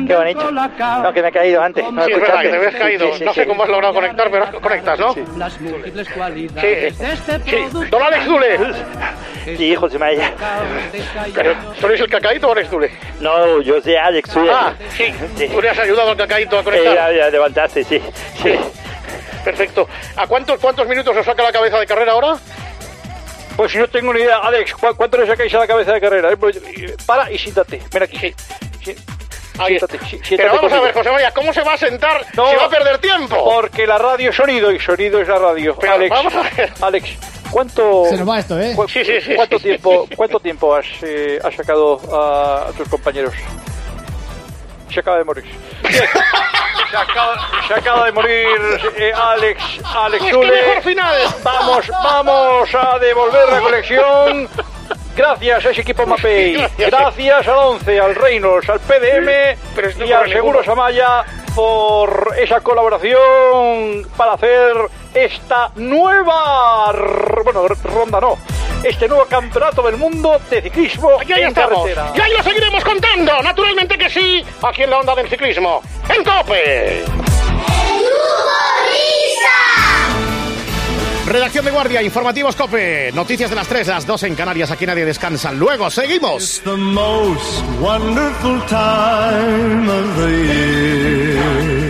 Qué bonito. No, que me he caído antes. No
sí, es verdad, Ah, que te habías
escuchaste.
caído.
Sí, sí,
no sé
sí.
cómo has logrado conectar, pero conectas, ¿no? Sí,
Las múltiples
sí. Don Alex Dule.
Sí, José María.
Pero, ¿Tú eres el cacaíto o eres Dule?
No, yo soy Alex. soy
Ah,
Alex.
sí. Tú le has ayudado al cacaíto a
Eh,
conectar.
ya, ya, levantaste, sí. sí.
Perfecto. ¿A cuántos, cuántos minutos os saca la cabeza de carrera ahora?
Pues no tengo ni idea. Alex, ¿cu- ¿cuánto le sacáis a la cabeza de carrera? Eh, pues, eh, Para y siéntate. Ven aquí. Sí.
Ahí está.
Siéntate, sí, siéntate
Pero vamos a
conmigo.
ver, José María, ¿cómo se va a sentar
No,
si va a perder tiempo?
Porque la radio es sonido y sonido es la radio.
Pero
Alex,
vamos a ver.
Alex, ¿cuánto,
Se nos va esto, ¿eh?
cu-
Sí, sí, sí.
cuánto tiempo, cuánto tiempo has, eh, has sacado a, a tus compañeros? Se acaba de morir. Se acaba, se acaba de morir eh, Alex, Alex
Pues qué
Zule.
mejor final.
Vamos, vamos a devolver la colección. Gracias a ese equipo Mapei.
Gracias.
Gracias al 11, al Reynolds, al PDM
Pero esto
y
no
al
vale ninguno.
Seguros Amaya por esa colaboración para hacer esta nueva r- bueno r- ronda no este nuevo campeonato del mundo de ciclismo
Y ahí
en
estamos.
carretera.
Y ahí lo seguiremos contando. Naturalmente que sí, aquí en la onda del ciclismo. ¡En COPE!
Redacción de Guardia, informativos COPE. Noticias de las 3, las 2 en Canarias. Aquí nadie descansa. Luego seguimos.
The most wonderful time of the year.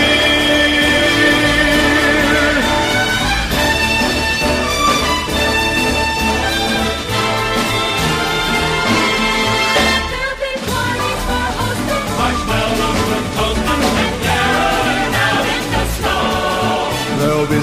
year. There'll be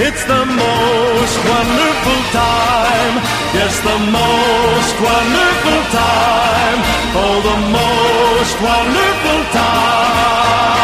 It's the most wonderful time. Yes, the most wonderful time. Oh, the most wonderful time.